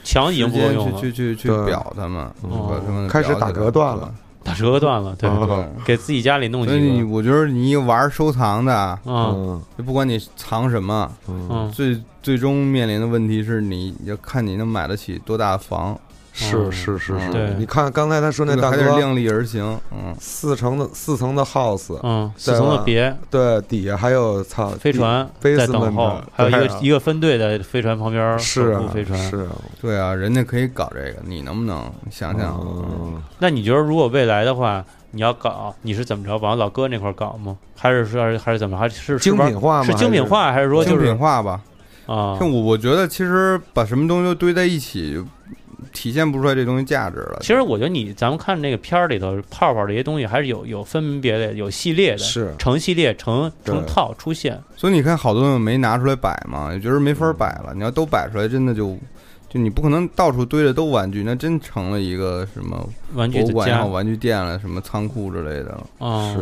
S1: 墙已
S3: 时
S1: 经不够
S3: 间
S1: 用
S3: 去
S1: 了，
S3: 去去去
S2: 对嗯
S3: 表他们，
S1: 哦
S3: 把他们
S2: 开始
S3: 表起
S2: 打
S3: 来
S2: 隔断了，
S1: 打折扣断了，对，
S2: 啊
S3: 对吧
S2: 嗯
S1: 给自己家里弄
S3: 哦对。所以你，
S1: 几
S3: 我觉得你玩收藏的，
S1: 个啊
S2: 嗯
S3: 就不管你藏什么，啊
S2: 嗯，
S1: 嗯，
S3: 最最终面临的问题是你要看你能买得起多大的房，
S2: 是是是
S3: 嗯
S2: 是
S1: 对，
S2: 你看刚才他说那
S3: 这个
S2: 大
S3: 还得
S2: 哥，
S3: 量力而行。嗯，
S2: 四层的四层的 house，
S1: 嗯，四层的别
S2: 对，底下还有操
S1: 飞船
S2: 飞
S1: 在
S2: 斯
S1: 等
S2: 们
S1: 候
S2: 的，
S1: 还有一
S2: 对
S1: 个
S2: 啊
S1: 一个分队在飞船旁边
S2: 是
S1: 守护
S2: 啊
S1: 飞船。
S2: 是啊，
S3: 对啊，人家可以搞这个，你能不能想想？啊
S1: 哦
S2: 嗯
S1: 那你觉得如果未来的话，你要搞，你是怎么着往老哥那块儿搞吗？还是说还是怎么？还是是
S2: 精
S1: 玩
S2: 品化吗？
S1: 是精品化，还是说
S3: 精
S1: 就是
S3: 品化吧。
S1: 啊
S3: 像？我，我觉得其实把什么东西都堆在一起，体现不出来这东西价值了
S1: 其。实我觉得你咱们看那个片儿里头泡泡这些东西还是有有分别的，有系列
S2: 还
S1: 的，
S2: 是？是，
S1: 成系列成
S2: 对
S1: 成套出现。
S3: 所以你看，好多东西没拿出来摆嘛，也觉得没
S1: 嗯
S3: 法摆了。你要都摆出来，真的就就你不可能到处堆着都玩具，那真成了一个什么
S1: 玩具
S3: 博物
S1: 的
S3: 馆也
S1: 家
S3: 好、玩具店了、什么仓库之类的了。
S1: 啊，
S2: 啊是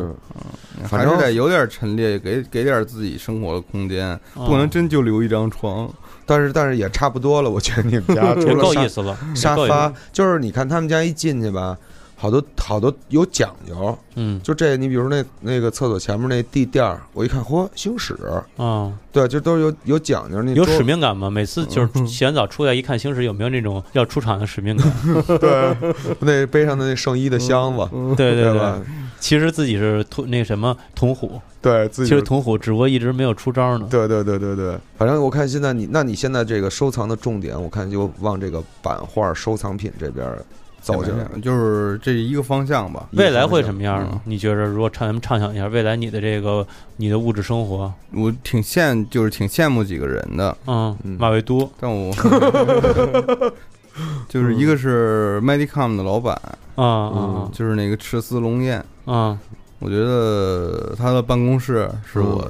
S2: 嗯反
S3: 还
S2: 正
S3: 是嗯得有点陈列，给给点自己生活的空间，
S1: 啊
S3: 不能真就留一张床。
S2: 但是但是也差不多了，我觉得你们 家除
S1: 也够意
S2: 了沙
S1: 思了，也
S2: 沙
S1: 够意思
S2: 发，就是你看他们家一进去吧，好多好多有讲究，
S1: 嗯
S2: 就这你比如那那个厕所前面那地垫儿，我一看，嚯，星矢，
S1: 啊，
S2: 对，就都是有有讲究，那
S1: 有
S2: 桌
S1: 使命感吗？每
S2: 嗯
S1: 次就是洗完澡出来一看星矢，有没有那种要出场的使命 感？
S2: 对，那背上的那圣衣的箱子，
S1: 嗯对对
S2: 吧
S1: 对，？其实自己是土那什么童虎，
S2: 对自
S1: 其
S2: 己
S1: 实童虎只不过一直没有出招呢。
S2: 对对对对对，反正我看现在你，那你现在这个收藏的重点，我看就往这个版画收藏品这边走进来。
S3: 就是这一个方向吧。
S1: 未来会什么样呢
S3: 嗯？
S1: 你觉着如果畅咱们畅想一下，未来你的这个你的物质生活，
S3: 我挺羡，就是挺羡慕几个人的，
S1: 嗯，
S2: 嗯
S1: 马未都，
S3: 但我 就是一个是 Medicom 的老板，
S1: 啊啊
S3: 就是那个赤丝龙彦，
S1: 啊，
S3: 我觉得他的办公室是我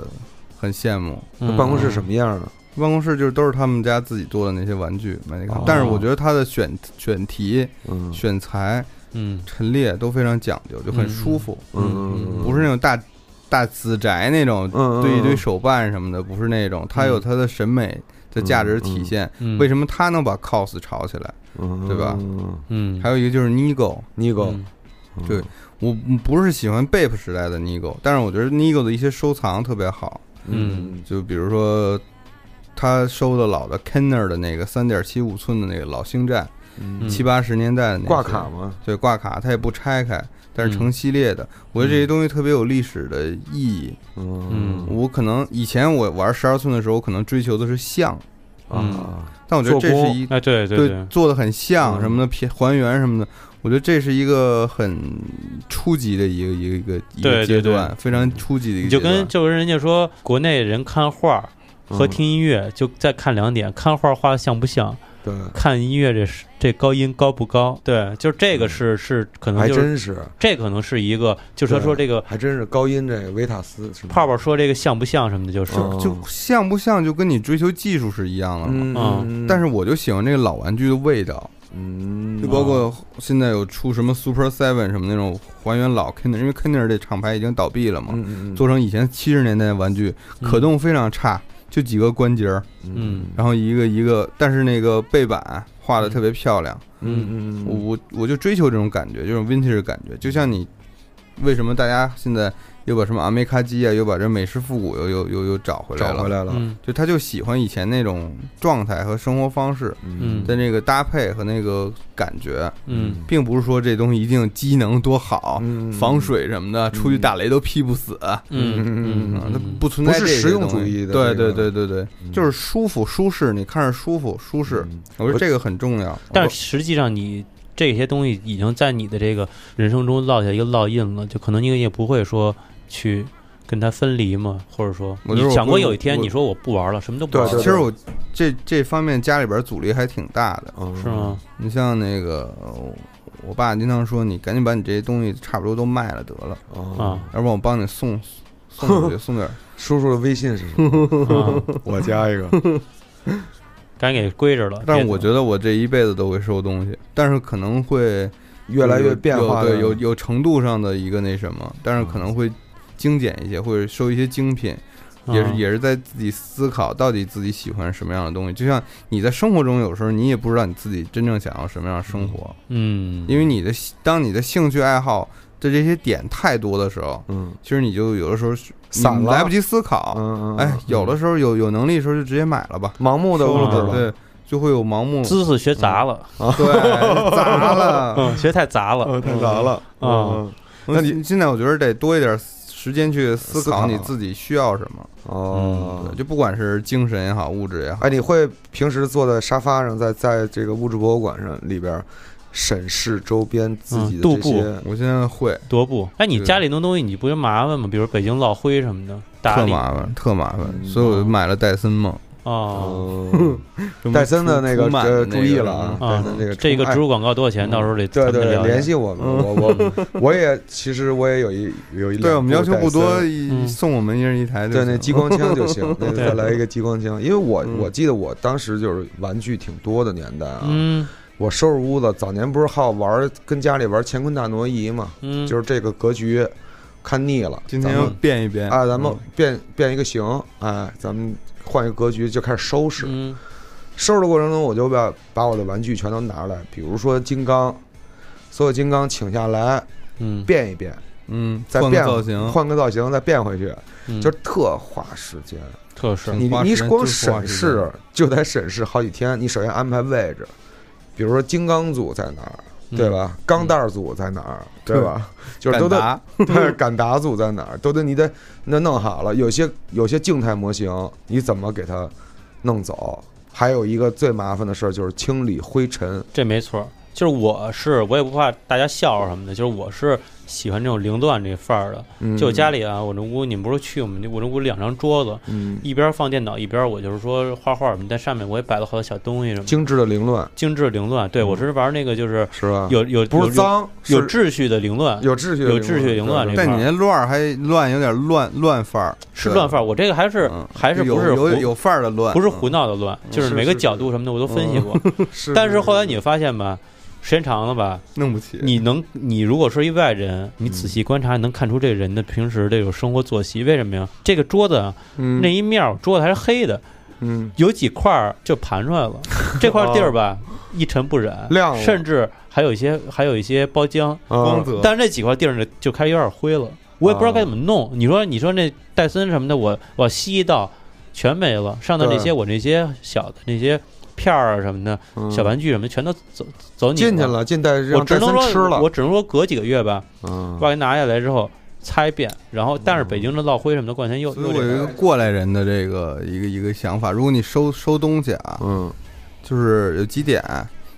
S3: 很羡慕。
S1: 嗯
S2: 办公室什么样啊呢？
S3: 办公室就是都是他们家自己做的那些玩具，Medicom，、
S2: 哦
S3: 但是我觉得他的选选题、
S2: 嗯
S3: 选材、
S1: 嗯
S3: 陈列都非常讲究，就很
S1: 嗯
S3: 舒服。
S2: 嗯，
S3: 不是那种大大死宅那种
S2: 嗯嗯
S3: 堆一堆
S2: 嗯
S3: 手办什么的，不是那种，它有它的审美的价值体现。
S1: 嗯，
S3: 为
S1: 什
S3: 什么它能把 cos 炒起来？
S2: 嗯
S3: 对吧
S1: 嗯
S3: 还有一个就是 Nigo，
S2: ？Nigo，
S1: 嗯
S3: 对我不是喜欢 Bape 时代的 Nigo，但是我觉得 Nigo 的一些收藏特别好，
S1: 嗯
S3: 就比如说他收的老的 Kenner 的那个三点七五寸的那个老星战，
S2: 嗯，
S3: 七八十年代的那些
S2: 挂卡吗？
S3: 对，挂卡它也不拆开，但是成
S1: 嗯
S3: 系列的，我觉得这些东西特别有历史的意义。
S2: 嗯
S3: 我可能以前我玩十二寸的时候，我可能追求的是像，
S2: 啊，
S3: 但我觉得
S2: 做
S3: 这是
S2: 工
S3: 一
S1: 哎，对对
S3: 对做的很像
S2: 嗯
S3: 什么的偏还原什么的，我觉得这是一个很初级的一个一个一个一个
S1: 对
S3: 阶
S1: 对对
S3: 段，非常初级的
S1: 你
S3: 一个
S1: 就
S3: 阶段。
S1: 跟就跟人家说，国内人看画和听音乐就再看两点，看画画得像不像，
S2: 对，
S1: 看音乐这是这高音高不高？对，就这个是是可能
S2: 还
S1: 就是
S2: 真是，
S1: 这可能是一个，就是他说这个
S2: 还真是高音这个维塔斯是吧
S1: 泡泡说这个像不像什么的，就是
S2: 嗯
S3: 就像不像，就跟你追求技术是一样的嘛。
S2: 嗯，嗯
S3: 但是我就喜欢这个老玩具的味道，
S2: 嗯，
S3: 就包括现在有出什么 Super Seven 什么那种还原老 Kenner，因为 Kenner 这厂牌已经倒闭了嘛，
S2: 嗯嗯嗯
S3: 做成以前七十年代的玩具，可动非常差，就几个关节儿，
S1: 嗯
S3: 然后一个一个，但是那个背板画的特别漂亮，
S2: 嗯嗯
S3: 我我我就追求这种感觉，这种 vintage 的感觉，就像你为什么大家现在又把什么阿梅卡基啊，又把这美式复古又又又又找回来
S2: 找
S3: 了，
S2: 回来了，
S1: 嗯
S3: 就他就喜欢以前那种状态和生活方式
S1: 嗯
S3: 的那个搭配和那个感觉，
S1: 嗯
S3: 并不是说这东西一定机能多好，
S2: 嗯
S3: 防水什么的，出去打雷都劈不死。
S1: 嗯嗯
S3: 啊，那
S1: 嗯
S3: 不存在
S2: 不是
S3: 这些
S2: 实用
S3: 东
S2: 主
S3: 西
S2: 义的
S3: 对
S2: 这
S3: 对
S2: 个
S3: 对对对，就是舒服舒适，你看着舒服舒适，
S2: 嗯
S3: 我
S2: 我
S3: 觉得这个很重要。
S1: 但是实际上你。这些东西已经在你的这个人生中落下一个烙印了，就可能你也不会说去跟它分离嘛，或者说
S3: 我就是
S1: 你想过有一
S3: 我
S1: 天
S3: 我
S1: 你说我不玩了，什么都不玩
S2: 对
S1: 了
S3: 其实我这这方面家里边阻力还挺大的。
S2: 嗯
S1: 是吗？
S3: 你像那个我我爸经常说，你赶紧把你这些东西差不多都卖了得了，
S2: 啊，
S1: 啊，
S3: 要不然我帮你送送 去送点儿。
S2: 叔叔的微信是什么？
S3: 嗯
S1: 啊
S2: 我加一个。
S1: 赶紧给归着了。
S3: 但
S1: 别
S3: 是我觉得我这一辈子都会收东西，但是可能会
S2: 越来越变化
S3: 有
S2: 的，
S3: 对，有嗯有程度上的一个那什么，但是可能会精简一些，或者收一些精品，也是
S1: 嗯
S3: 也是在自己思考到底自己喜欢什么样的东西。就像你在生活中，有时候你也不知道你自己真正想要什么样的生活，
S1: 嗯，
S3: 因为你的当你的兴趣爱好的这些点太多的时候，
S2: 嗯
S3: 其实你就有的时候是你
S2: 散了
S3: 来不及思考。
S2: 嗯嗯，
S3: 哎，有的时候有有能力的时候就直接买了吧，
S2: 盲目的
S3: 收
S2: 物
S3: 了
S2: 质
S3: 吧
S2: 了，
S3: 对，就会有盲目，
S1: 知识学杂了，
S3: 对，砸了。
S1: 嗯， 学太杂了，
S2: 嗯，太杂了
S1: 嗯
S2: 嗯那你
S3: 现现在我觉得得多一点时间去思
S2: 思考
S3: 考你自己需要什么，
S2: 哦
S1: 嗯
S3: 对，。就不管是精神也好，物质也好，
S2: 哎，你会平时坐在沙发上，在在这个物质博物馆上里边审视周边自己
S1: 嗯
S2: 的
S1: 踱
S2: 这
S1: 步
S2: 些，
S3: 我现在会
S1: 踱步。哎，你
S3: 对
S1: 家里弄东西你不就麻烦吗？比如北京落灰什么的，打
S3: 特
S1: 理
S3: 麻烦，特麻烦，
S2: 嗯
S3: 所以我就买了戴森嘛。
S1: 哦。
S2: 嗯，
S3: 什么
S2: 戴森的
S3: 除
S2: 那个
S3: 除螨的
S2: 呃
S3: 那
S2: 注意了啊
S1: 啊
S2: 对对那个，
S1: 这个
S2: 哎
S1: 植入广告多少钱？
S3: 嗯
S1: 到时候得
S2: 对
S1: 咱们
S2: 对，
S1: 聊一
S2: 联
S1: 下嗯
S2: 系我们，我我我也其实我也有一有一
S3: 对我们要
S2: 两部
S3: 求不
S2: 戴
S3: 多，
S2: 森
S3: 一
S1: 嗯
S3: 送我们一人一台就
S2: 对
S3: 行。
S2: 那激光枪 就行，那
S1: 对
S2: 再来一个激光枪，因为我
S3: 嗯
S2: 我记得我当时就是玩具挺多的年代啊，
S1: 嗯
S2: 我收拾屋子，早年不是好玩跟家里玩乾坤大挪移嘛，
S1: 嗯，
S2: 就是这个格局看腻了，
S3: 今天嗯
S2: 咱
S3: 要
S2: 们
S3: 变一变
S2: 哎，咱们变变一个形，哎，咱们换一个格局就开始收拾。
S1: 嗯
S2: 收拾的过程中，我就把把我的玩具全都拿出来，比如说金刚，所有金刚请下来
S1: 嗯，
S2: 变一变，
S3: 嗯，
S2: 再
S3: 换个
S2: 变
S3: 造型，
S2: 换个造型再变回去，
S1: 嗯
S2: 就是特花时间。
S1: 特是
S3: 嗯
S2: 你
S3: 花
S2: 你
S3: 时间
S2: 光
S3: 就是花
S2: 审
S3: 时间
S2: 视就得审视好几天，你首先安排位置，比如说金刚组在哪儿，对？吧？
S1: 嗯
S2: 钢弹儿组在哪儿，对吧？就是都得
S3: 敢拿
S2: 对，敢打组在哪儿，都得你得那弄好了。有些有些静态模型，你怎么给它弄走？还有一个最麻烦的事儿就是清理灰尘。
S1: 这没错儿，就是我是我也不怕大家笑话什么的，就是我是喜欢这种凌乱这范儿的。
S2: 嗯，
S1: 就家里啊，我这屋你们不是去我们那我这屋两张桌子，
S2: 嗯，
S1: 一边放电脑，一边我就是说画画什么，在上面我也摆了好多小东西什么的，
S2: 精致的凌乱
S1: 精致凌乱。对我是玩那个就是
S2: 是吧？
S1: 有有
S2: 啊不
S1: 有
S2: 是脏，
S1: 有
S2: 是
S1: 秩序的凌乱，
S2: 有秩序的
S1: 有秩序凌乱这块
S2: 对对
S3: 但
S1: 儿
S3: 你那乱儿还乱，有点乱乱范儿，
S1: 是乱范儿。我这个还是
S3: 嗯
S1: 还是
S3: 有
S1: 不是
S3: 有
S1: 胡
S3: 有范儿的乱，
S1: 不是胡闹的乱，就是
S2: 是
S1: 每个
S2: 嗯是
S1: 角
S2: 是
S1: 度什么的我都分析过。
S2: 是
S1: 但是后来你会发现吧，时间长了吧，
S3: 弄不起。
S1: 你能，你如果说一外人，你仔细观察，能看出这人的平时这种生活作息。为什么呀？这个桌子啊，
S2: 嗯
S1: 那一面儿桌子还是黑的，
S2: 嗯
S1: 有几块儿就盘出来 了。这块地儿吧，一尘不染，
S2: 哦亮了啊
S1: 甚至还有一些还有一些包浆。
S3: 光
S2: 光
S3: 泽
S1: 但是那几块地儿呢，就开始有点灰了。我也不知道该怎么
S2: 哦
S1: 弄。你说，你说那戴森什么的，我我吸一道全没了，上头那
S2: 对嗯
S1: 些我那些小的那些片儿啊什么的，小玩具什么的，全都走走你
S2: 进去。了，进带
S1: 我
S2: 让戴
S1: 只
S2: 森
S1: 能
S2: 吃
S1: 说，
S2: 了，
S1: 我只能说隔几个月吧，
S2: 嗯
S1: 把它拿下来之后擦一遍，然后但是北京的落灰什么的，过两天又
S3: 嗯所
S1: 又
S3: 以我有一
S1: 这
S3: 个
S1: 个
S3: 过来人的这个一个一个想法，如果你收收东西啊，
S2: 嗯
S3: 就是有几点，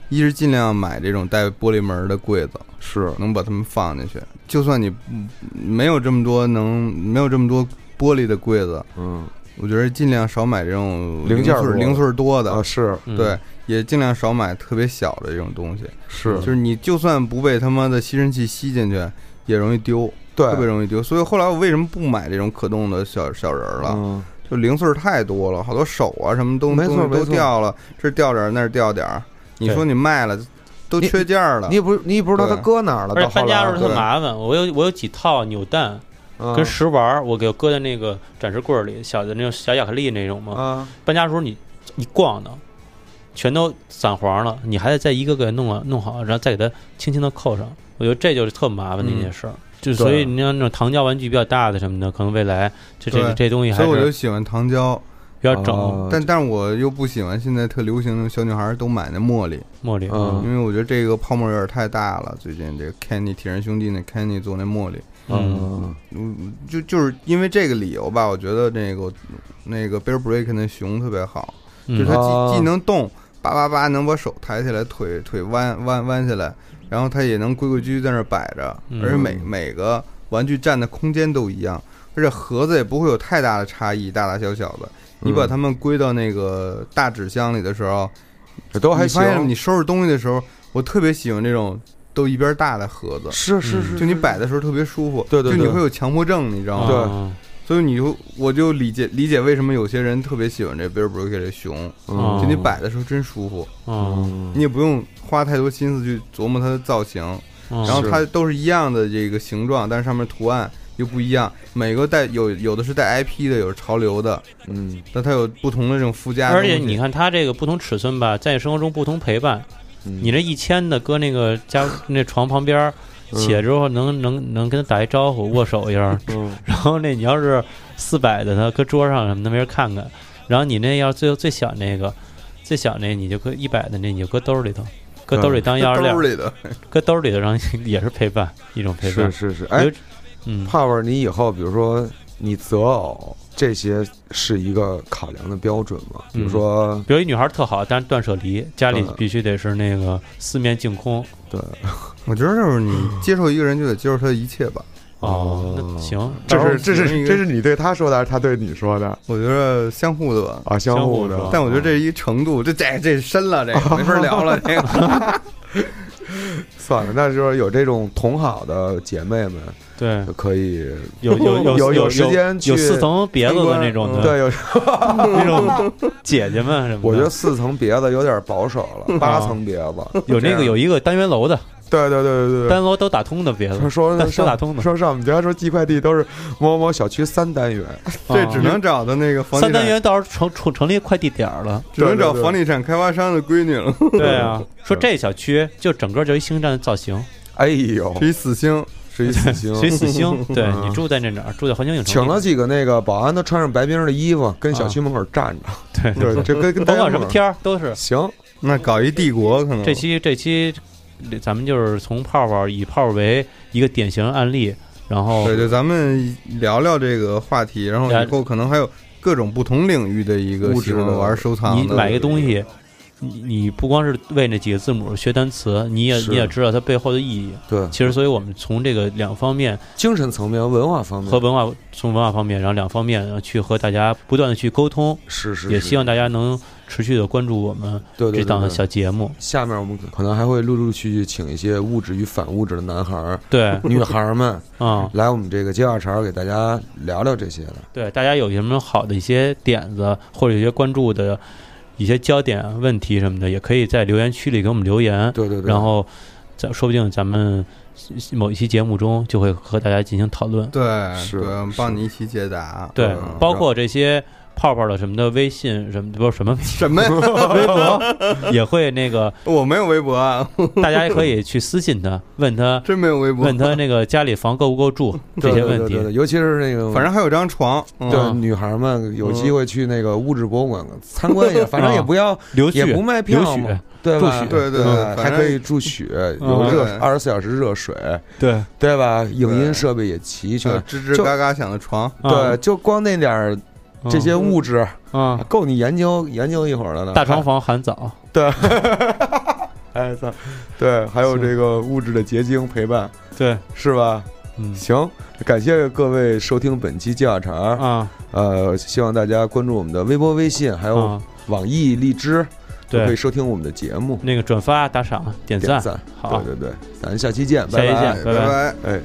S3: 一是尽量买这种带玻璃门的柜子，
S2: 是
S1: 嗯
S3: 能把它们放进去。就算你嗯没有这么多能没有这么多玻璃的柜子，
S2: 嗯
S3: 我觉得尽量少买这种
S2: 零件
S3: 碎
S2: 儿多
S3: 儿
S2: 的
S3: 零碎儿多的，
S2: 啊是
S1: 嗯
S3: 对，也尽量少买特别小的这种东西。
S2: 是
S3: 就是你就算不被他妈的吸尘器吸进去，也容易丢，
S2: 对
S3: 特别容易丢。所以后来我为什么不买这种可动的小小人儿了？
S2: 嗯
S3: 就零碎儿太多了，好多手啊什么东
S2: 没
S3: 东
S2: 错
S3: 西
S2: 没
S3: 都
S2: 错
S3: 掉了，这儿掉点儿那儿掉点儿。你
S1: 对
S3: 说你卖了，都
S2: 你
S3: 缺件儿了。
S2: 你也不你也不知道它
S3: 对
S2: 搁哪儿了，
S1: 而
S2: 到
S1: 且搬
S2: 后
S1: 家的
S2: 来
S1: 时候特
S3: 啊对啊
S1: 麻烦，我有我有几套扭蛋
S2: 嗯
S1: 跟食玩儿，我给我搁在那个展示柜儿里，小的那种小亚克力那种嘛，
S2: 啊
S1: 搬家的时候你你逛呢，全都散黄了，你还得再一个个弄啊弄好，然后再给它轻轻的扣上。我觉得这就是特麻烦的
S3: 嗯
S1: 一件事儿。就所
S3: 啊
S1: 以你像那种糖胶玩具比较大的什么的，可能未来这这
S3: 对
S1: 这东西还
S3: 所以
S1: 是
S3: 我就
S1: 比
S3: 喜欢糖胶，
S1: 较整、
S2: 哦
S3: 但但我又不喜欢现在特流行的小女孩都买那茉莉，
S1: 茉莉。
S2: 嗯
S3: 因为我觉得这个泡沫有点太大了。最近这个 Kenny 铁人兄弟那 Kenny 做那茉莉，
S1: 嗯
S3: 嗯，就就是因为这个理由吧，我觉得那个那个 Bear Break 那熊特别好，就是
S1: 嗯
S3: 它
S2: 哦
S3: 既既能动，叭叭叭能把手抬起来，腿腿弯弯弯下来，然后它也能规规矩矩在那儿摆着，
S1: 嗯
S3: 而且每每个玩具占的空间都一样，而且盒子也不会有太大的差异，大大小小的。你
S2: 嗯
S3: 把它们归到那个大纸箱里的时候，
S2: 这哦都还
S3: 你发现
S2: 行，
S3: 你收拾东西的时候，我特别喜欢这种都一边大的盒子，
S2: 是嗯是是，
S3: 就你摆的时候特别舒服。
S2: 对对
S3: 就你
S2: 对
S3: 会有强迫症，你知道吗？
S2: 对
S1: 嗯
S3: 所以你就我就理解理解为什么有些人特别喜欢这 Bear Brook 这熊，
S1: 嗯
S3: 就你摆的时候真舒服，
S1: 嗯
S3: 你也不用花太多心思去琢磨它的造型，
S1: 嗯，
S3: 然后
S2: 是
S3: 它都是一样的这个形状，但是上面图案又不一样。每个带有有的是带 IP 的，有是潮流的，
S2: 嗯
S3: 但它有不同的这种附加的
S1: 而
S3: 东西。
S1: 且你看它这个不同尺寸吧，在生活中不同陪伴。
S2: 嗯
S1: 你这一千的搁那个家那床旁边儿起来之后能，能能跟他打一招呼，握手一下儿。
S2: 嗯
S1: 然后那你要是四百的，它搁桌上什么的没人看看。然后你那要是最最小那个，最小那你就搁一百的那你就搁兜里头，搁兜里当钥匙链
S3: 兜
S1: 儿，
S3: 里的，
S1: 搁兜里头，然后也是陪伴一种陪
S2: 是
S1: 伴。
S2: 是是，哎
S1: 有，嗯，
S2: 泡泡，你以后比如说你择偶这些是一个考量的标准吗？比
S1: 嗯
S2: 如说，
S1: 比如一女孩儿特好，但是断舍离，家里
S2: 嗯
S1: 必须得是那个四面净空。
S2: 对，
S3: 我觉得就是你接受一个人，就得接受他的一切吧。
S1: 哦，那
S2: 哦
S1: 行，
S2: 这是这
S3: 到时候选一
S2: 是
S3: 个
S2: 这是你对他说的，还是他对你说的
S3: 我觉得相互的吧。
S2: 啊？相互
S1: 相互
S2: 的
S1: 说。嗯
S3: 但我觉得这是一程度，这这这深了，这个没法聊 了。这个
S2: 算了，那就是有这种同好的姐妹们
S1: 对，
S2: 可以，
S1: 有有有
S2: 有有
S1: 有
S2: 时间去嗯
S1: 有四层别子的那种的，
S2: 对，有
S1: 那种姐姐们什么的。
S2: 我觉得四层别子有点保守了，八层别子
S1: 嗯啊有那个有一个单元楼的，
S2: 对对对对对。
S1: 单楼都打通的别
S2: 他
S1: 子，
S2: 说
S1: 单
S2: 上
S1: 打通的，
S2: 说上我们家说寄快递都是某某小区三单元，
S3: 这只能找到那个
S1: 啊
S3: 房
S1: 三
S3: 地
S1: 单
S3: 产，
S1: 元到时候成成成立快递点儿了。
S3: 只能
S2: 对
S3: 找
S2: 对对
S3: 房地产开发商的闺女了。
S1: 对啊，说这小区就整个就一星战的造型，
S2: 哎呦，
S3: 是一死星，
S2: 是一死星，
S1: 随死星。对
S2: 嗯
S1: 你住在那哪儿？住在环球影城。
S2: 请了，几个那个保安，都穿上白冰的衣服，跟小区门口站 着。
S1: 对，
S2: 对，这跟跟大
S1: 啊甭
S2: 家
S1: 管什么天儿都是。
S2: 行，
S3: 那搞一帝国可能
S1: 这期这期咱们就是从泡泡以泡泡为一个典型案例，然后
S3: 对对，咱们聊聊这个话题，然后
S1: 聊
S3: 以后可能还有各种不同领域的一个
S2: 物
S3: 喜
S2: 质
S3: 欢
S2: 的
S3: 玩收
S2: 啊
S3: 藏的。
S1: 你买一个东西，你你不光是为那几个字母学单词，你也
S2: 是
S1: 你也知道它背后的意义。
S2: 对，
S1: 其实，所以我们从这个两方面
S2: 精神层面、文化方面
S1: 和文化，从文化方面，然后两方面然后去和大家不断的去沟通，
S2: 是是，
S1: 也
S2: 是
S1: 希望大家能持续的关注我们
S2: 对对
S1: 这
S2: 对
S1: 档
S2: 对
S1: 小节目。
S2: 下面我们可能还会陆陆续续请一些物质与反物质的男 孩儿、
S1: 对，
S2: 女孩儿们
S1: 啊、
S2: 来我们这个接话茬儿，给大家聊聊这些的。
S1: 对，大家有什么好的一些点子，或者一些关注的一些焦点问题什么的，也可以在留言区里给我们留言。
S2: 对对对，
S1: 然后咱说不定咱们某一期节目中就会和大家进行讨论。
S3: 对，
S2: 是
S3: 对我们
S2: 是
S3: 帮你一起解答。
S1: 对
S3: 嗯，
S1: 包括这些泡泡的什么的微信什么的不是什么
S3: 什么呀？
S1: 微博，也会那个
S3: 我没有微博啊，
S1: 大家也可以去私信他，问 他
S3: 真没有微博。
S1: 问他那个家里房够不够住
S2: 对
S1: 这些
S2: 对
S1: 问
S2: 对对
S1: 题。
S2: 对，尤其是那个
S3: 反正还有张床，嗯
S2: 对
S1: 啊
S2: 女孩们有机会去那个物质博物馆参观一下，反正也 不要
S1: 刘旭
S2: 也不卖
S1: 流
S2: 票
S1: 血
S2: 嘛，对吧？
S1: 住血
S3: 对对对
S2: 嗯
S3: 反
S2: 还
S3: 正
S2: 可以助血，有
S1: 嗯
S2: 热
S3: 对
S2: 二十四小时热水，
S1: 对，
S2: 对吧？影音设备也齐
S3: 就
S2: 全，
S3: 吱吱嘎嘎响的床，
S2: 对，
S1: 嗯
S2: 就光那点儿这些物质，
S1: 啊，
S2: 够你研究研究一会儿了呢。
S1: 大床房含枣，
S2: 哎，操，对，还有这个物质的结晶陪伴，
S1: 对，
S2: 是吧？
S1: 嗯
S2: 行，感谢各位收听本期酱茶儿，
S1: 啊，
S2: 呃，希望大家关注我们的微博、微信，还有
S1: 啊
S2: 网易、荔枝，都可以
S1: 对，
S2: 收听我们的节目。
S1: 那个转发、打赏、点
S2: 点
S1: 赞，
S2: 赞，
S1: 好
S2: 对对对，咱下期见，
S1: 下期
S2: 拜拜
S1: 见，拜
S3: 拜。
S2: 哎。